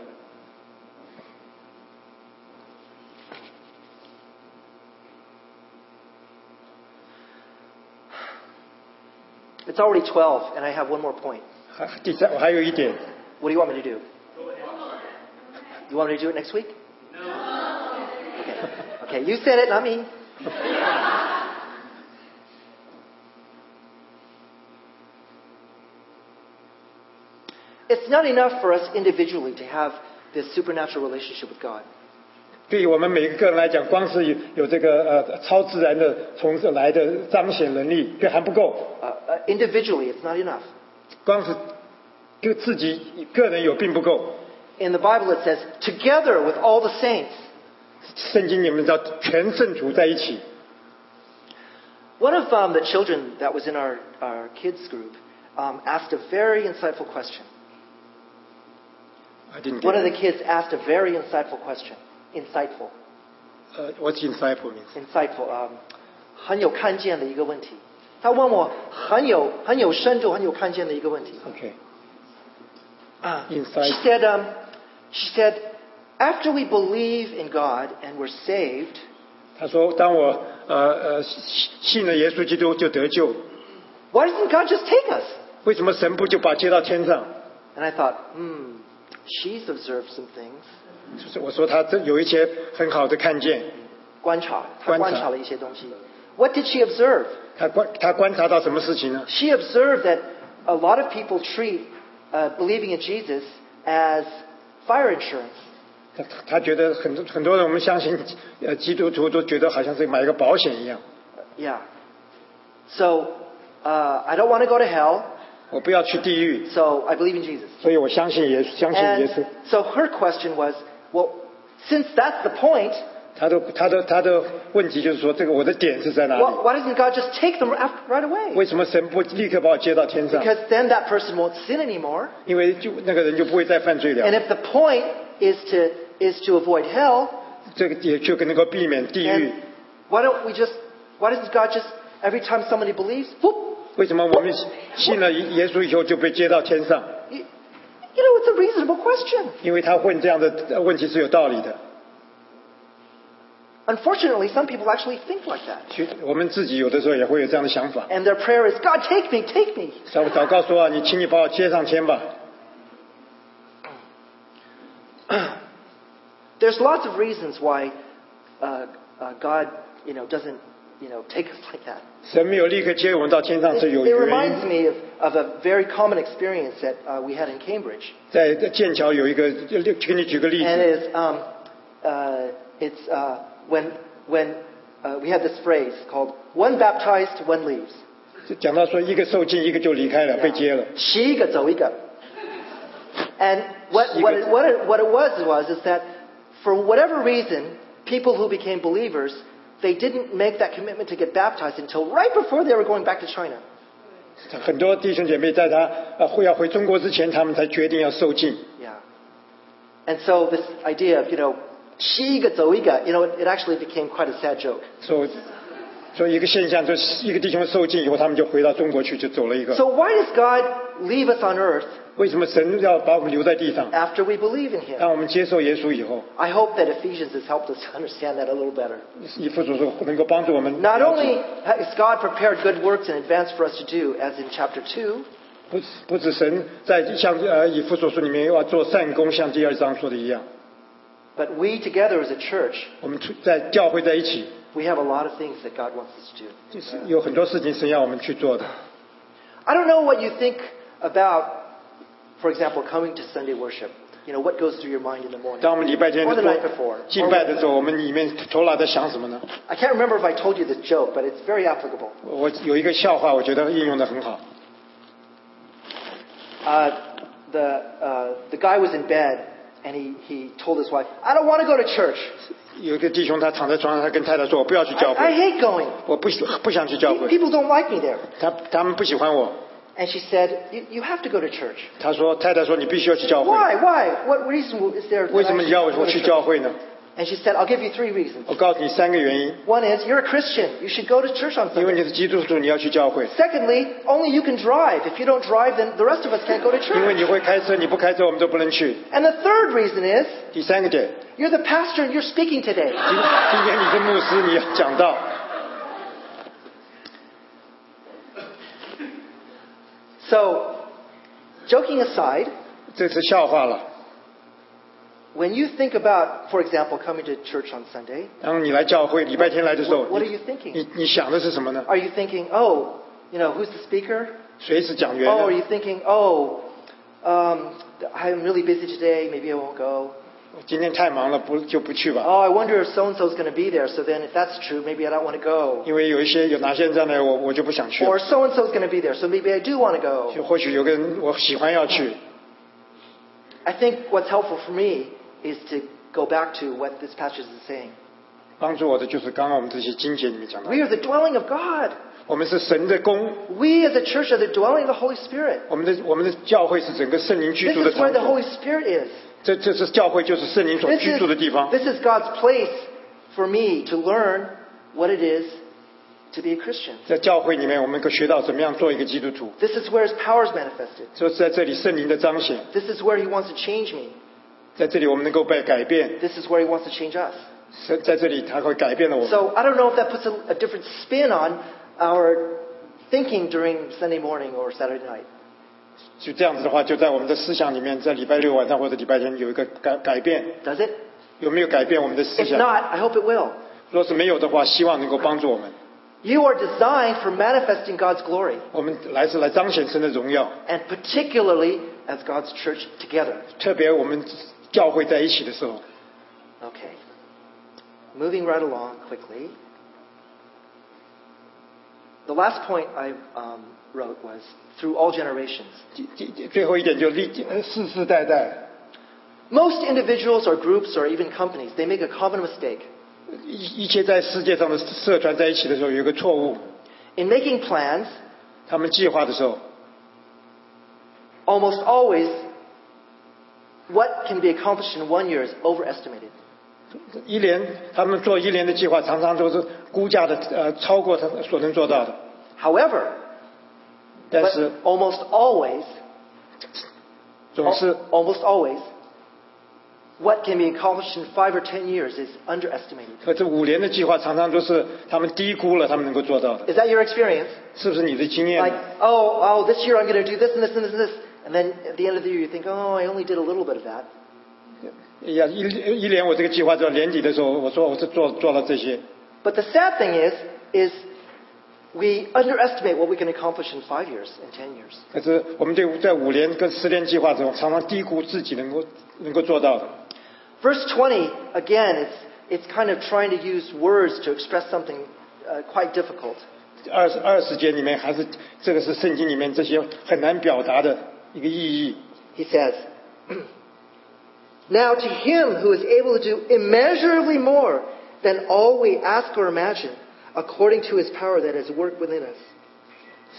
C: It's already 12, and I have one more point.
B: 还第三，我还有一点，
C: What do you want me to do? You want me to do it next week? No. Okay. okay, you said it, not me. it's not enough for us individually to have this supernatural relationship with God.
B: 对于我们每个人来讲，光是有有这个呃超自然的从这来的彰显能力，这还不够，
C: Uh, uh, individually, it's not enough.
B: 光是就自己个人有并不够。
C: In the Bible, it says, together with all the saints.
B: 圣经里面叫全圣徒在一起。
C: One of um, the children that was in our, our kids group um, asked a very insightful question.
B: I didn't get
C: One of
B: it.
C: the kids asked a very insightful question. Insightful.
B: uh, what's insightful means?
C: insightful，啊、很有看见的一个问题。他问我很有很有深度、很有看见的一个问题。
B: Okay.
C: 啊
B: Insightful.
C: She said, um, she said, after we believe in God and we're saved,
B: 他说：“当我呃呃信信了耶稣基督就得救，
C: why doesn't God just take us?
B: 为什么神不就把接到天上？”
C: And I thought, hmm, she's observed some things.
B: 就是我说他这有一些很好的看见，
C: 观察，她
B: 观察
C: 观察了一些东西。What did she observe?
B: 他观他观察到什么事情呢？
C: She observed that a lot of people treat uh, believing in Jesus as fire insurance.
B: 他他觉得很多很多人我们相信呃基督徒都觉得好像是买一个保险一样，
C: Yeah. So uh, I don't want to go to hell,
B: 我不要去地狱，
C: so I believe in Jesus.
B: 所以我相信耶稣相信耶稣
C: And。so her question was, well, since that's the point,
B: 他的他的他的问题就是说，这个我的点是在哪里？
C: wh- why doesn't God just take them af- right away?
B: 为什么神不立刻把我接到天上？
C: Because then that person won't sin anymore.
B: 因为就那个人就不会再犯罪
C: And
B: 了，
C: if the point is to is to avoid hell,
B: 这个也就能够避免地狱
C: then。why don't we just why doesn't God just every time somebody believes, whoop,
B: 为什么我们信了耶稣以后就被接到天上？
C: you, you know, it's a reasonable question.
B: 因为他问这样的呃问题是有道理的。
C: Unfortunately, some people actually think like that.
B: 其实我们自己有的时候也会有这样的想法，
C: And their prayer is, God, take me, take me.
B: 祷祷告说啊，你请你把我接上天吧。
C: There's lots of reasons why uh, uh, God, you know, doesn't, you know, take us like that.
B: 神没有立刻接我们到天上
C: It,
B: 是有
C: it
B: 原因
C: reminds。me of, of a very common experience that uh, we had in Cambridge,
B: 在剑桥有一个，就就给你举个例
C: and
B: 子，
C: it's um, uh, it's uh, when when uh, we had this phrase called "one baptized, one leaves."
B: 就讲到说一个受尽，一个就离开了，被接了。
C: 十一个走一个。And what, what, it, what, it, what it was was is that for whatever reason, people who became believers, they didn't make that commitment to get baptized until right before they were going back to China.
B: 很多弟兄姐妹在他呃会要回中国之前，他们才决定要受尽。
C: Yeah. And so this idea of, you know, 十一个走一个, you know, it, it actually became quite a sad joke.
B: 所以所以一个现象就是一个弟兄受尽以后，他们就回到中国去，就走了一个。
C: So why does God leave us on earth
B: 为什么神要把我们留在地上？
C: after we believe in Him?
B: 当我们接受耶稣以后，
C: I hope that Ephesians has helped us to understand that a little better.
B: 以父所说能够帮助我们了解。
C: Not only has God prepared good works in advance for us to do, as in chapter 2,
B: 不止不止神在像呃以父所说里面要做善功，像第二章说的一样，
C: but we together as a church,
B: 我们出在教会在一起，
C: we have a lot of things that God wants us to do.
B: 就是有很多事情神要我们去做的。
C: I don't know what you think about, for example, coming to Sunday worship. You know, what goes through your mind in the morning?
B: 当我们礼拜天
C: Or
B: 的
C: the
B: 时
C: night before.
B: 候敬拜的时候，我们里面头脑在想什么呢？
C: I can't remember if I told you this joke, but it's very applicable.
B: 我我有一个笑话，我觉得应用的很好。
C: Uh, the, uh, the guy was in bed, and he, he told his wife, I don't want to go to church.
B: 有一个弟兄他躺在床上，他跟太太说：“我不要去教
C: I, I
B: 会，
C: hate going.
B: 我不不想去教
C: Pe-
B: 会，
C: People don't like me there.
B: 他他们不喜欢我。
C: And she said, you, you have to go to church. ”
B: 他说：“太太说你必须要去教会，
C: Why? Why? What reason is there? that
B: 为什
C: I
B: 么
C: should
B: 你要
C: go to
B: 我去
C: church?"
B: 教会呢？
C: And she said, I'll give you three reasons.
B: 我告诉你三个原因，
C: One is you're a Christian. You should go to church on
B: 因为
C: Sunday.
B: 你是基督徒，你要去教会。”
C: Secondly, only you can drive. If you don't drive, then the rest of us can't go to
B: 因为
C: church.
B: 你会开车，你不开车我们都不能去。
C: And the third reason is
B: 第三个点，
C: you're the pastor and you're speaking today.
B: 今今天你是牧师，你要讲到，
C: So, joking aside,
B: 这是笑话了。
C: when you think about, for example, coming to church on Sunday,
B: 当你来教会，礼拜天来的时候
C: what, what are
B: 你
C: you thinking?
B: 你你想的是什么呢？
C: Are you thinking, oh, you know, who's the speaker?
B: 谁是讲员
C: Oh, are
B: 呢？
C: you thinking, oh, um, I'm really busy today. Maybe I won't go.
B: 今天太忙了，不就不去吧。
C: Oh, I wonder if so and so's going to be there. So then, if that's true, maybe I don't want to go.
B: 因为有一些有哪些人在那，我我就不想去。
C: Or so and so's going to be there. So maybe I do want to go.
B: 就或许有个人我喜欢要去，
C: I think what's helpful for me is to go back to what this passage is saying.
B: 帮助我的就是刚刚我们这些经节里面讲到
C: We，are the dwelling of God.
B: 我们是神的宫，
C: We as a church are the dwelling of the Holy Spirit.
B: 我们的我们的教会是整个圣灵居
C: This
B: 住的
C: is
B: 场
C: where the
B: 所，
C: Holy Spirit is.
B: 这这是教会就是圣灵所
C: This
B: 居住的地
C: is,
B: 方。
C: this is God's place for me to learn what it is to be a Christian.
B: 在教会里面，我们可学到怎么样做一个基督徒，
C: This is where his power is manifested.
B: 所以在这里圣灵的彰显，
C: This is where he wants to change me.
B: 在这里我们能够被改变，
C: This is where he wants to change us.
B: 在在这里他会改变了我们。
C: So I don't know if that puts a, a different spin on our thinking during Sunday morning or Saturday night.
B: 就这样子的话，就在我们的思想里面，在礼拜六晚上或者礼拜天有一个改改变，
C: Does it?
B: 有没有改变我们的思
C: If
B: 想？
C: not, I hope it will.
B: 若是没有的话，希望能够帮助我们。
C: You are designed for manifesting God's glory,
B: 我们来是来彰显神的荣耀，
C: and particularly as God's church together.
B: 特别我们教会在一起的时候。
C: Okay. Moving right along quickly. The last point I um, wrote was through all generations.
B: 最最最后一点就历呃世世代代，
C: Most individuals or groups or even companies, they make a common mistake.
B: 一一切在世界上的社团在一起的时候有一个错误，
C: In making plans,
B: 他们计划的时候，
C: almost always what can be accomplished in one year is overestimated.
B: 一年他们做一年的计划，常常都是估价的呃超过他所能做到的。
C: However,
B: 但是
C: but almost always,
B: 总是
C: al- almost always, what can be accomplished in five or ten years is underestimated.
B: 可这五年的计划常常都是他们低估了他们能够做到的，
C: Is that your experience?
B: 是不是你的经
C: Like,
B: 验？
C: oh, oh, this year I'm going to do this and this and this and this. And then at the end of the year you think, oh, I only did a little bit of that.
B: 哎呀，一一年我这个计划到年底的时候，我说我是做做了这些，
C: But the sad thing is, is we underestimate what we can accomplish in five years, in ten years.
B: 可是我们对在五年跟十年计划中，常常低估自己能够能够做到的。
C: Verse 20, again, it's, it's kind of trying to use words to express something uh, quite difficult.
B: 二十二十节里面，还是这个是圣经里面这些很难表达的一个意义。
C: He says,
D: Now to him who is able to do immeasurably more than all we ask or imagine, according to his power that is worked within us.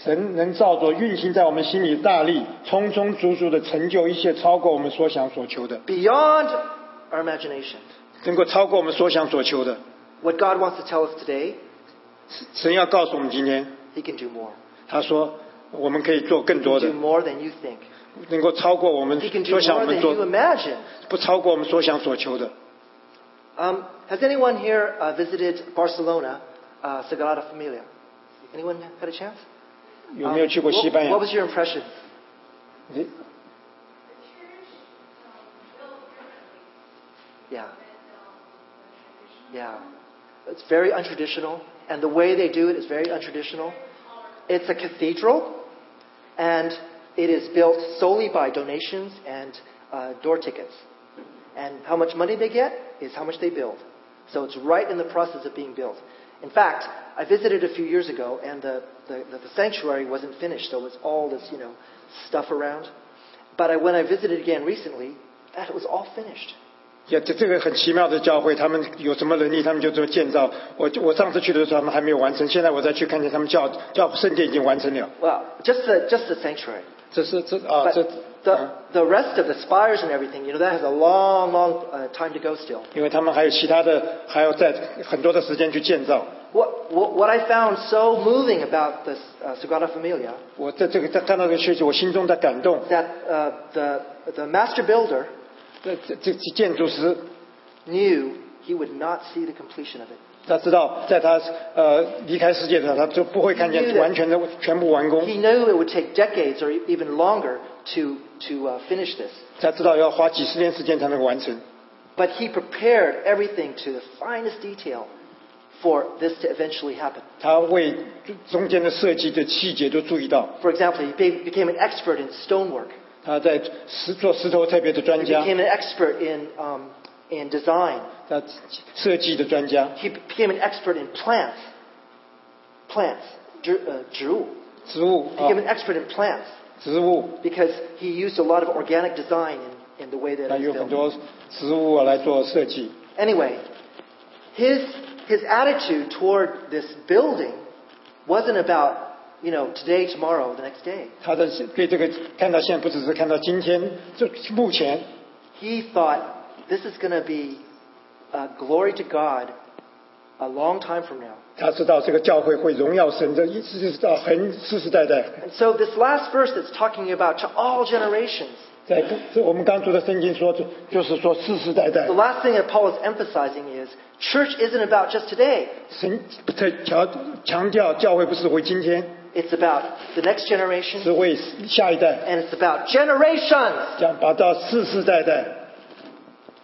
B: 神能照着运行在我们心里大力，充充足足的成就一切超过我们所想所求的，
C: beyond our imagination.
B: 能够超过我们所想所求的。
C: What God wants to tell us today,
B: 神要告诉我们今天，
C: He can do more.
B: 他说我们可以做更
C: He can
B: 多的
C: do，more than you think.
B: 能够超过我们
C: He can do
B: 所想我
C: more
B: 们
C: than
B: 做
C: you imagine.
B: 不超过我们所想所求的。
C: Um, has anyone here uh, visited Barcelona, uh, Sagrada Familia? Anyone had a chance?
B: 有
C: Um,
B: 没有去过西
C: what,
B: 班
C: what
B: 牙？
C: was your impression?
B: 你
C: Yeah. Yeah. It's very untraditional, and the way they do it is very untraditional. It's a cathedral, and it is built solely by donations and uh, door tickets. And how much money they get is how much they build. So it's right in the process of being built. In fact, I visited a few years ago, and the, the, the sanctuary wasn't finished, so it was all this, you know, stuff around. But I, when I visited again recently, that was all finished.
B: 也这这个很奇妙的教会，他们有什么能力，他们就这么建造。我我上次去的时候，他们还没有完成，现在我再去看见他们教教圣殿已经完成了。
C: Well, just the just the sanctuary,
B: 这是这啊
C: but
B: 这
C: the the rest of the spires and everything, you know, that has a long, long uh, time to go still.
B: 因为他们还有其他的，还要在很多的时间去建造。
C: What what, what I found so moving about this uh, Sagrada Familia
B: 我在这个在看到这个学习，我心中的感动。
C: that uh, the the master builder
B: 这这这这建筑师
C: knew he would not see the completion of it.
B: 他知道，在他呃离开世界的时候，他就不会看见完全的全部完工。
C: He knew it would take decades or e, even longer to to uh, finish this,
B: 他知道要花几十年时间才能够完成，
C: but he prepared everything to the finest detail for this to eventually happen.
B: 他为中间的设计的细节都注意到。
C: For example, he be- became an expert in stonework.
B: 他在石做石头特别的专
C: He
B: 家，
C: became an expert in, um, in design.
B: 他设计的专家，
C: He became an expert in plants. Plants. Dr- uh, 植物.
B: 植物
C: He
B: 啊
C: became，an expert in plants
B: 植物，
C: because he used a lot of organic design in, in the way that
B: 他
C: it
B: 有很
C: was built.
B: 多植物啊来做设计。
C: Anyway, his, his attitude toward this building wasn't about, you know, today, tomorrow, the next day.
B: 他的对这个看到现在不只是看到今天，就目前
C: He thought, this is going to be uh, glory to God a long time from now.
B: 他知道这个教会会荣耀神的，一直直到很世世代代。
C: And so this last verse that's talking about to all generations,
B: 在这我们刚读的圣经说，就就是说世世代代
C: the，last thing that Paul is emphasizing is church isn't about just today.
B: 神在强强调教会不是为今天，
C: It's about the next generation
B: 是为下一代，
C: and it's about generations.
B: 讲把到世世代代。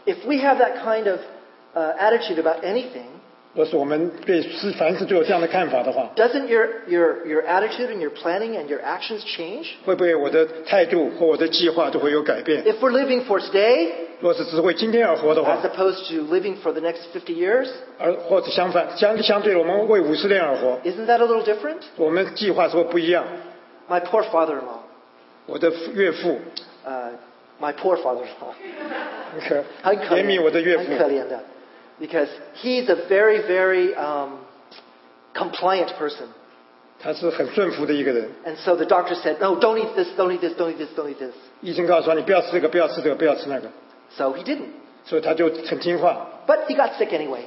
C: If we have that kind of uh, attitude about anything,
B: 若是我们对是凡事都有这样的看法的话，
C: doesn't your, your, your attitude and your planning and your actions change?
B: 会不会我的态度和我的计划都会有改变？
C: If we're living for today
B: 若是只为今天而活的
C: as
B: 话，
C: opposed to living for the next 50 years,
B: 而或者相反，相相对我们为五十年而活，
C: isn't that a little different?
B: 我们计划是会不一样。
C: My poor father-in-law.
B: 我的岳父，
C: Uh, my poor father-in-law.
B: 可怜悯我的岳父，
C: 很可怜的, because he's a very, very um, compliant person.
B: 他是很顺服的一个人。
C: And so the doctor said, no, don't eat this, don't eat this, don't eat this, don't eat this.
B: 医生告诉他你不要吃这个，不要吃这个，不要吃那个，
C: So he didn't.
B: 所以他就很听话。
C: But he got sick anyway.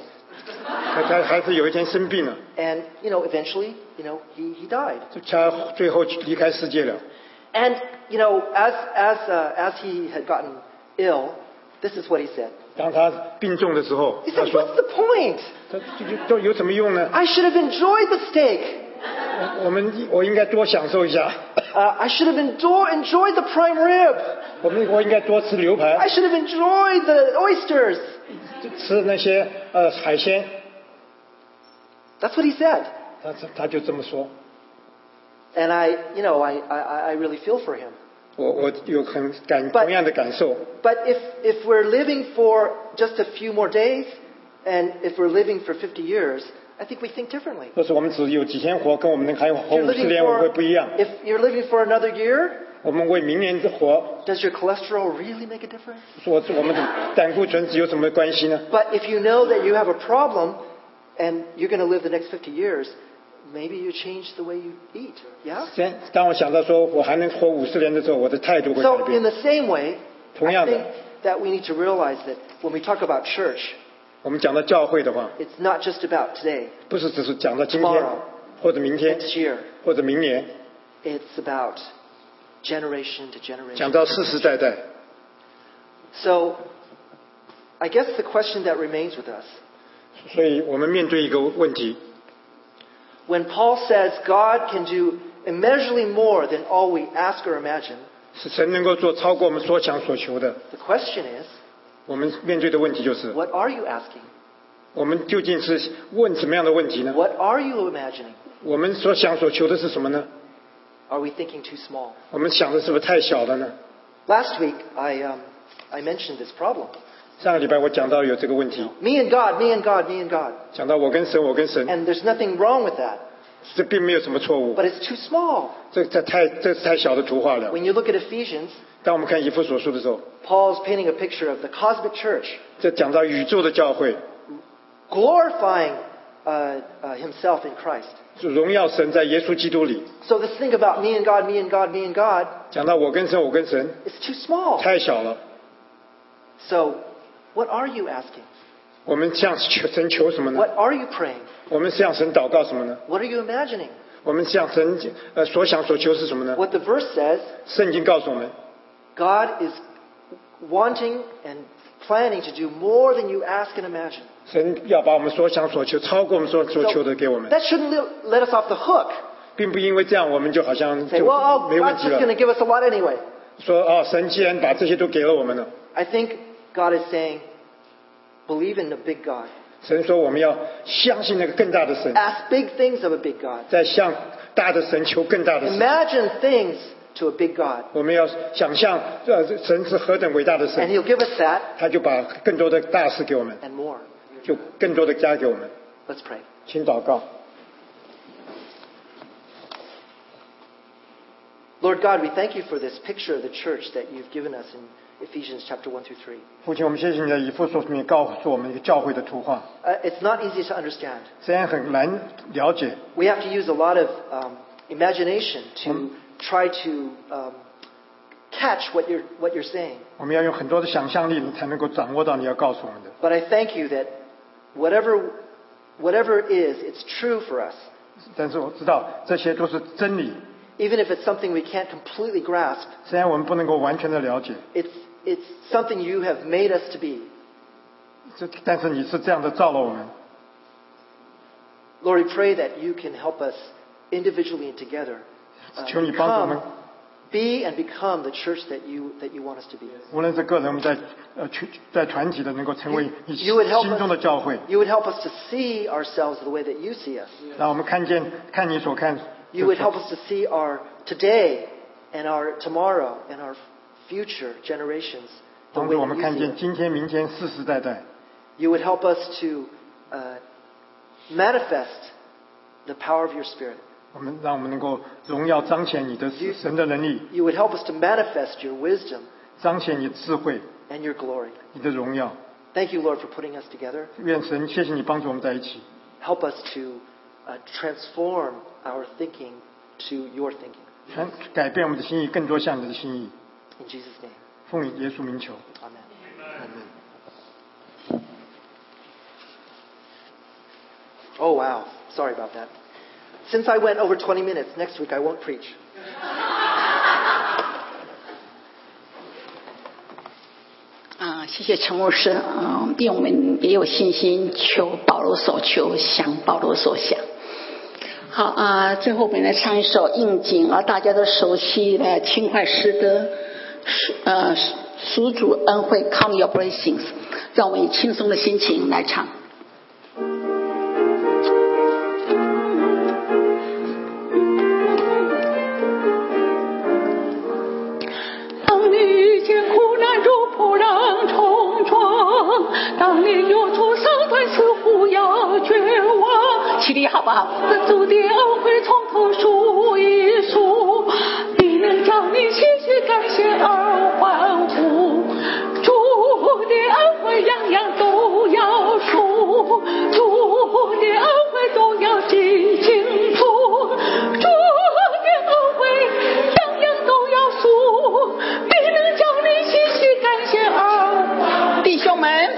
B: 他他还是有一天生病了，
C: And, you know, eventually, you know, he, he died.
B: 他最后离开世界了。
C: And, you know, as, as, uh, as he had gotten ill, this is what he said.
B: 当他病重的时候
C: He，
B: 他
C: said,
B: 说
C: what's the point?
B: 他这就都有什么用呢？
C: I should have enjoyed the steak.
B: 我我们我应该多享受一下，
C: Uh, I should have enjoy, enjoyed the prime rib.
B: 我们我应该多吃牛排
C: I，should have enjoyed the oysters.
B: 吃那些呃海鲜。
C: That's what he said.
B: 他他就这么说，
C: And I, you know, I, I, I really feel for him.
B: 我我有很感
C: But-
B: 同样的感受。
C: But if, if we're living for just a few more days, and if we're living for 50 years, I think we think differently.
B: 若是我们只有几天活，跟我们能还活
C: If you're
B: 五十
C: living
B: 年，我们会
C: for,
B: 不一样。
C: if you're living for another year,
B: 我们为明年活，
C: does your cholesterol really make a difference?
B: 说我们的胆固醇值有什么关系呢？
C: But if you know that you have a problem and you're going to live the next 50 years, maybe you change the way you eat. Yeah?
B: 先当我想到说我还能活五十年的时候，我的态度会
C: So,
B: 改
C: in
B: 变。
C: the same way, I
B: 同样的。
C: think that we need to realize that when we talk about church,
B: 我们讲到教会的话，
C: it's not just about today,
B: 不是只是讲到今天
C: Tomorrow，
B: 或者明天
C: next year.
B: 或者明年，
C: It's about generation to
B: 讲
C: generation.
B: 到世世代代。
C: So, I guess the question that remains with us
B: 所以我们面对一个问题，
C: when Paul says God can do immeasurably more than all we ask or imagine,
B: 是神能够做超过我们所想所求的。
C: the question is,
B: 我们面对的问题就是，
C: what are you asking?
B: 我们究竟是问什么样的问题呢？
C: What are you imagining?
B: 我们所想所求的是什么呢？
C: Are we thinking too small?
B: 我们想的是不是太小了呢？
C: Last week, I, um, I mentioned this problem.
B: 上个礼拜我讲到有这个问题，
C: Me and God, me and God, me and God.
B: 讲到我跟神，我跟神，
C: And there's nothing wrong with that,
B: 这并没有什么错误
C: but，it's too small.
B: 这这太这是太小的图画了。
C: When you look at Ephesians,
B: 当我们看以弗所书的时候，
C: Paul's painting a picture of the cosmic church
B: 这讲到宇宙的教会，
C: glorifying uh, uh, himself in Christ.
B: 就荣耀神在耶稣基督里。
C: So this thing about me and God, me and God, me and God,
B: 讲到我跟神，我跟神，
C: is too small.
B: 太小了。
C: So what are you asking?
B: 我们向求神求什么呢
C: What？are you praying?
B: 我们向神祷告什么呢？
C: What are you imagining?
B: 我们向神呃所想所求是什么呢？
C: What the verse says,
B: 圣经告诉我们，
C: God is wanting and planning to do more than you ask and imagine.
B: 神要把我们所想所求超过我们所所求的给我们，
C: that shouldn't li- let us off the hook.
B: 并不因为这样我们就好像
C: Say,
B: 就
C: well, oh,
B: 没问
C: God's
B: 题
C: just going
B: 了。
C: to give us a lot anyway.
B: 说哦，神既然把这些都给了我们了，
C: I think God is saying, believe in the big God.
B: 神说我们要相信那个更大的神，
C: Ask big things of a big God.
B: 在向大的神求更大的神。
C: Imagine things to a big God.
B: 我们要想象呃神是何等伟大的
C: And
B: 神，
C: He'll give us that
B: 他就把更多的大事给我们，
C: and more.
B: 就更多的加给我们。
C: Let's pray.
B: 请祷告，
C: Lord God, we thank you for this picture of the church that you've given us in Ephesians chapter 1 through 3.
B: 父亲，我们谢谢你的以父所你告诉我们一个教会的图画，
C: Uh, it's not easy to understand.
B: 虽然很难了解，
C: We have to use a lot of um, imagination to try to um, catch what you're, what you're saying.
B: 我们要用很多的想象力才能够掌握到你要告诉我们的。
C: But I thank you that whatever Whatever it is, it's true for us.
B: 但是我知道这些都是真理，
C: Even if it's something we can't completely grasp,
B: 虽然我们不能够完全的了解，
C: it's, it's something you have made us to be.
B: 这但是你是这样的造了我们。
C: Lord, we pray that you can help us individually and together uh,
B: 求你帮助我们
C: become,，be and become the church that you, that you want us to be.
B: 无论是个人，我们在呃群在团体的，能够成为
C: You,
B: 你
C: you would help
B: 心中的教会
C: us,，you would help us to see ourselves the way that you see us.
B: 让我们看见看你所看。
C: You would help us to see our today and our tomorrow and our future generations the
B: 帮
C: way
B: 助我们
C: that
B: 看
C: you see
B: 见
C: us.
B: 今天、明天、世世代代，
C: You would help us to uh, manifest the power of your Spirit.
B: 我们让我们能够荣耀彰显你的
C: You-
B: 神的能力，
C: You would help us to manifest your wisdom
B: 彰显你智慧、
C: and your glory.
B: 你的荣耀。
C: Thank you, Lord, for putting us together.
B: 愿神谢谢你帮助我们在一起，
C: Help us to uh, transform our thinking to your thinking.
B: 全改变我们的心意，更多像你的心意。
C: In Jesus' name,
B: 奉耶稣名求。
C: amen. Amen. Oh, wow. Sorry about that. Since I went over 20 minutes, next week I won't preach.
E: Amen. 啊，谢谢陈牧师啊，弟兄们也有信心求保罗所求，想保罗所想。好啊，最后我们来唱一首应景而大家都熟悉的轻快诗歌，属呃属主恩惠 Count Your Blessings，让我们以轻松的心情来唱。
F: 当你遇见苦难如波浪冲撞，当你有处伤痕似乎要绝望，
E: 起立好不好？
F: 那主的恩惠从头数一数，必能叫你心绪感谢而欢呼。主的恩惠样样都要数，主的恩惠都要记清楚，主的恩惠样样都要数，必能叫你心绪感谢而欢呼。
E: 弟兄们，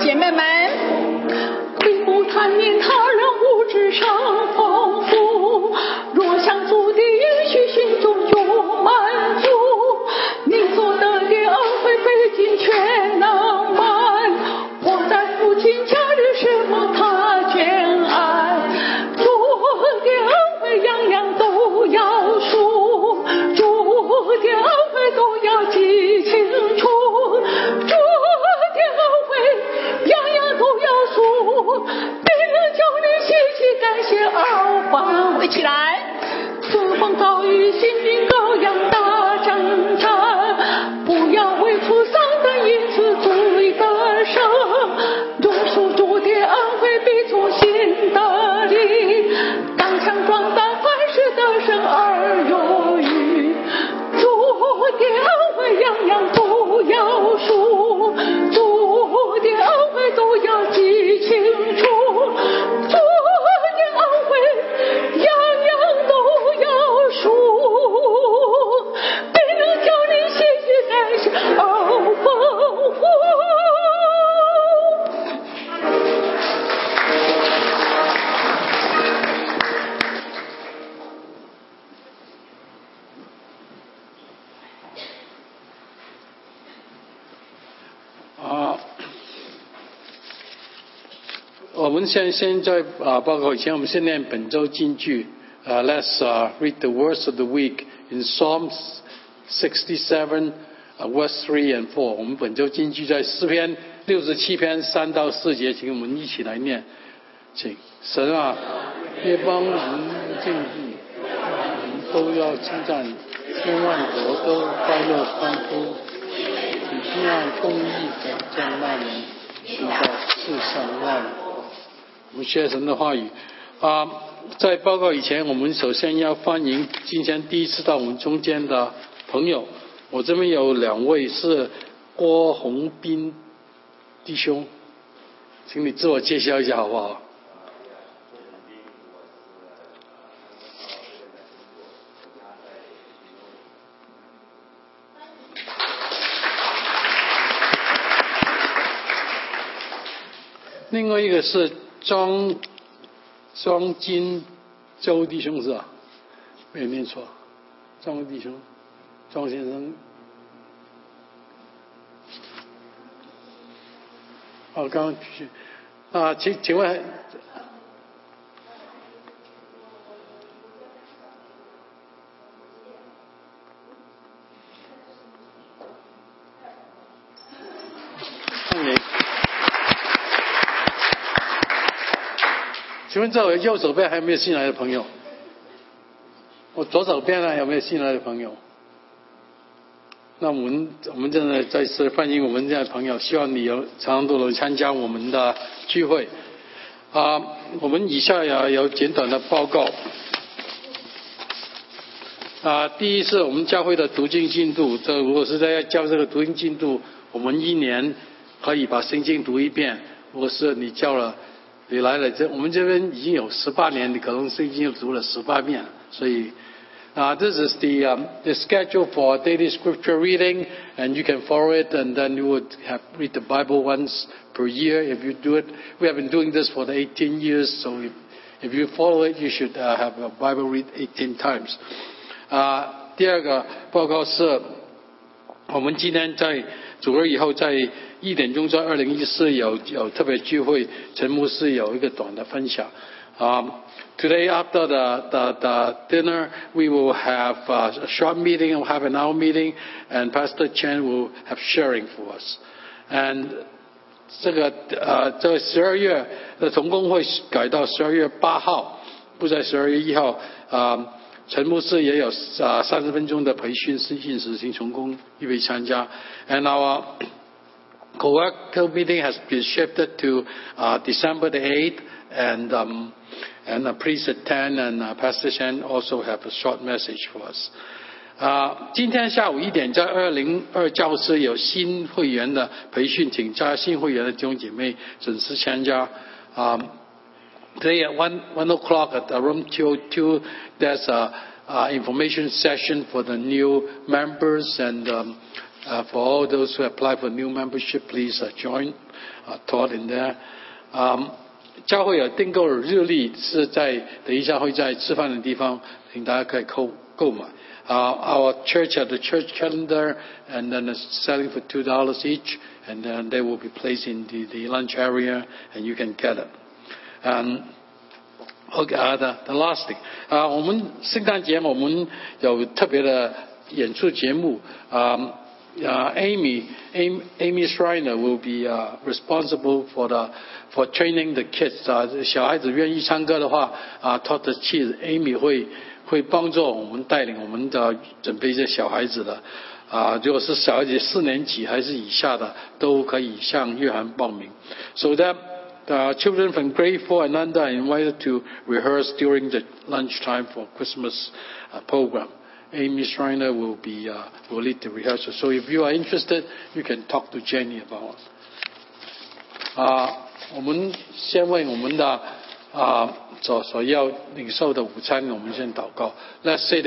E: 姐妹们，
F: 并不贪恋他人物质上丰富，若向主的应许心中有满足，你所得的恩惠费尽全能满，我在父亲家里侍奉他眷爱，主的恩惠样样都要数，主的恩惠都要记清楚，主的恩惠样样都要数，别人叫你谢谢感谢而欢
E: 一
F: 呼。
E: 起来。
F: 春风早已新兵羔羊大征战，不要为出伤的因此罪得胜。榕树主的恩惠必出新的力，当强壮胆凡事得胜而有余。主的恩惠样样都要数，主的恩惠都要记清楚，主的恩惠样样都要数，必能叫你谢谢感谢哦，丰富。
G: 啊，我们现现在啊，包括以前我们先念本周金句啊，Let's 啊 read the words of the week in Psalms 67 uh, verse three and four。我们本周金句在诗篇六十七篇三到四节，请我们一起来念，请神啊，列邦人敬意，都要称赞，千万国都快乐欢呼。你是爱公益的战难人，去到世上万国。我们学神的话语啊、在报告以前，我们首先要欢迎今天第一次到我们中间的朋友。我这边有两位是郭宏斌弟兄，请你自我介绍一下好不好？另外一个是庄庄金周弟兄是吧？没有念错，庄弟兄，庄先生。哦，刚刚去啊，请请问，欢迎。请问在我右手边还有没有新来的朋友？我左手边呢有没有新来的朋友？那我们我们真的再次欢迎我们这样的朋友，希望你有常常都能参加我们的聚会。啊，我们以下也有简短的报告。啊，第一是我们教会的读经进度，这如果是在教这个读经进度，我们一年可以把圣经读一遍。如果是你教了，你来了这我们这边已经有十八年，你可能圣经读了十八遍，所以。Uh, this is the, um, the schedule for daily scripture reading, and you can follow it, and then you would have read the Bible once per year if you do it. We have been doing this for the 18 years, so if, if you follow it, you should uh, have a Bible read 18 times. 啊、第二个报告是，我们今天在主日以后，在一点钟在二零一四有有特别聚会，陈牧师有一个短的分享。Um, today after the, the, the dinner, we will have uh, a short meeting, we'll have an hour meeting, and Pastor Chen will have sharing for us. And 这个呃，这十二月的同工会改到十二月八号，不在十二月一号。啊、陈牧师也有啊三十分钟的培训，是应时性同工预备参加。And our co-worker meeting has been shifted to uh, December the 8th, and um, and uh, priest at 10, and uh, Pastor Shen also have a short message for us. 啊、今天下午一点，在二零二教室有新会员的培训，请加新会员的弟兄姐妹准时参加。啊、Today at one one o'clock at the room two hundred two, there's a, uh information session for the new members and um, uh, for all those who apply for new membership, please uh, join. Uh, taught in there. Um, 教会有订购日历是在等一下会在吃饭的地方，请大家可以购购买。Uh, our church had the church calendar, and then it's selling for two dollars each, and then they will be placed in the, the lunch area, and you can get it. Um, OK 啊、the the last thing 啊、我们圣诞节我们有特别的演出节目啊啊、Amy Amy Amy Schreiner will be 啊、responsible for the for training the kids 啊、小孩子愿意唱歌的话啊、t a u g h the kids Amy 会会帮助我们带领我们的准备这小孩子的啊、如果是小孩子四年级还是以下的都可以向约翰报名，so that the children from grade four and under are invited to rehearse during the lunchtime for Christmas uh, program. Amy Schreiner will be uh, will lead the rehearsal. So if you are interested, you can talk to Jenny about it. 啊，我们先为我们的啊所所要领受的午餐，我们先祷告。Let's say the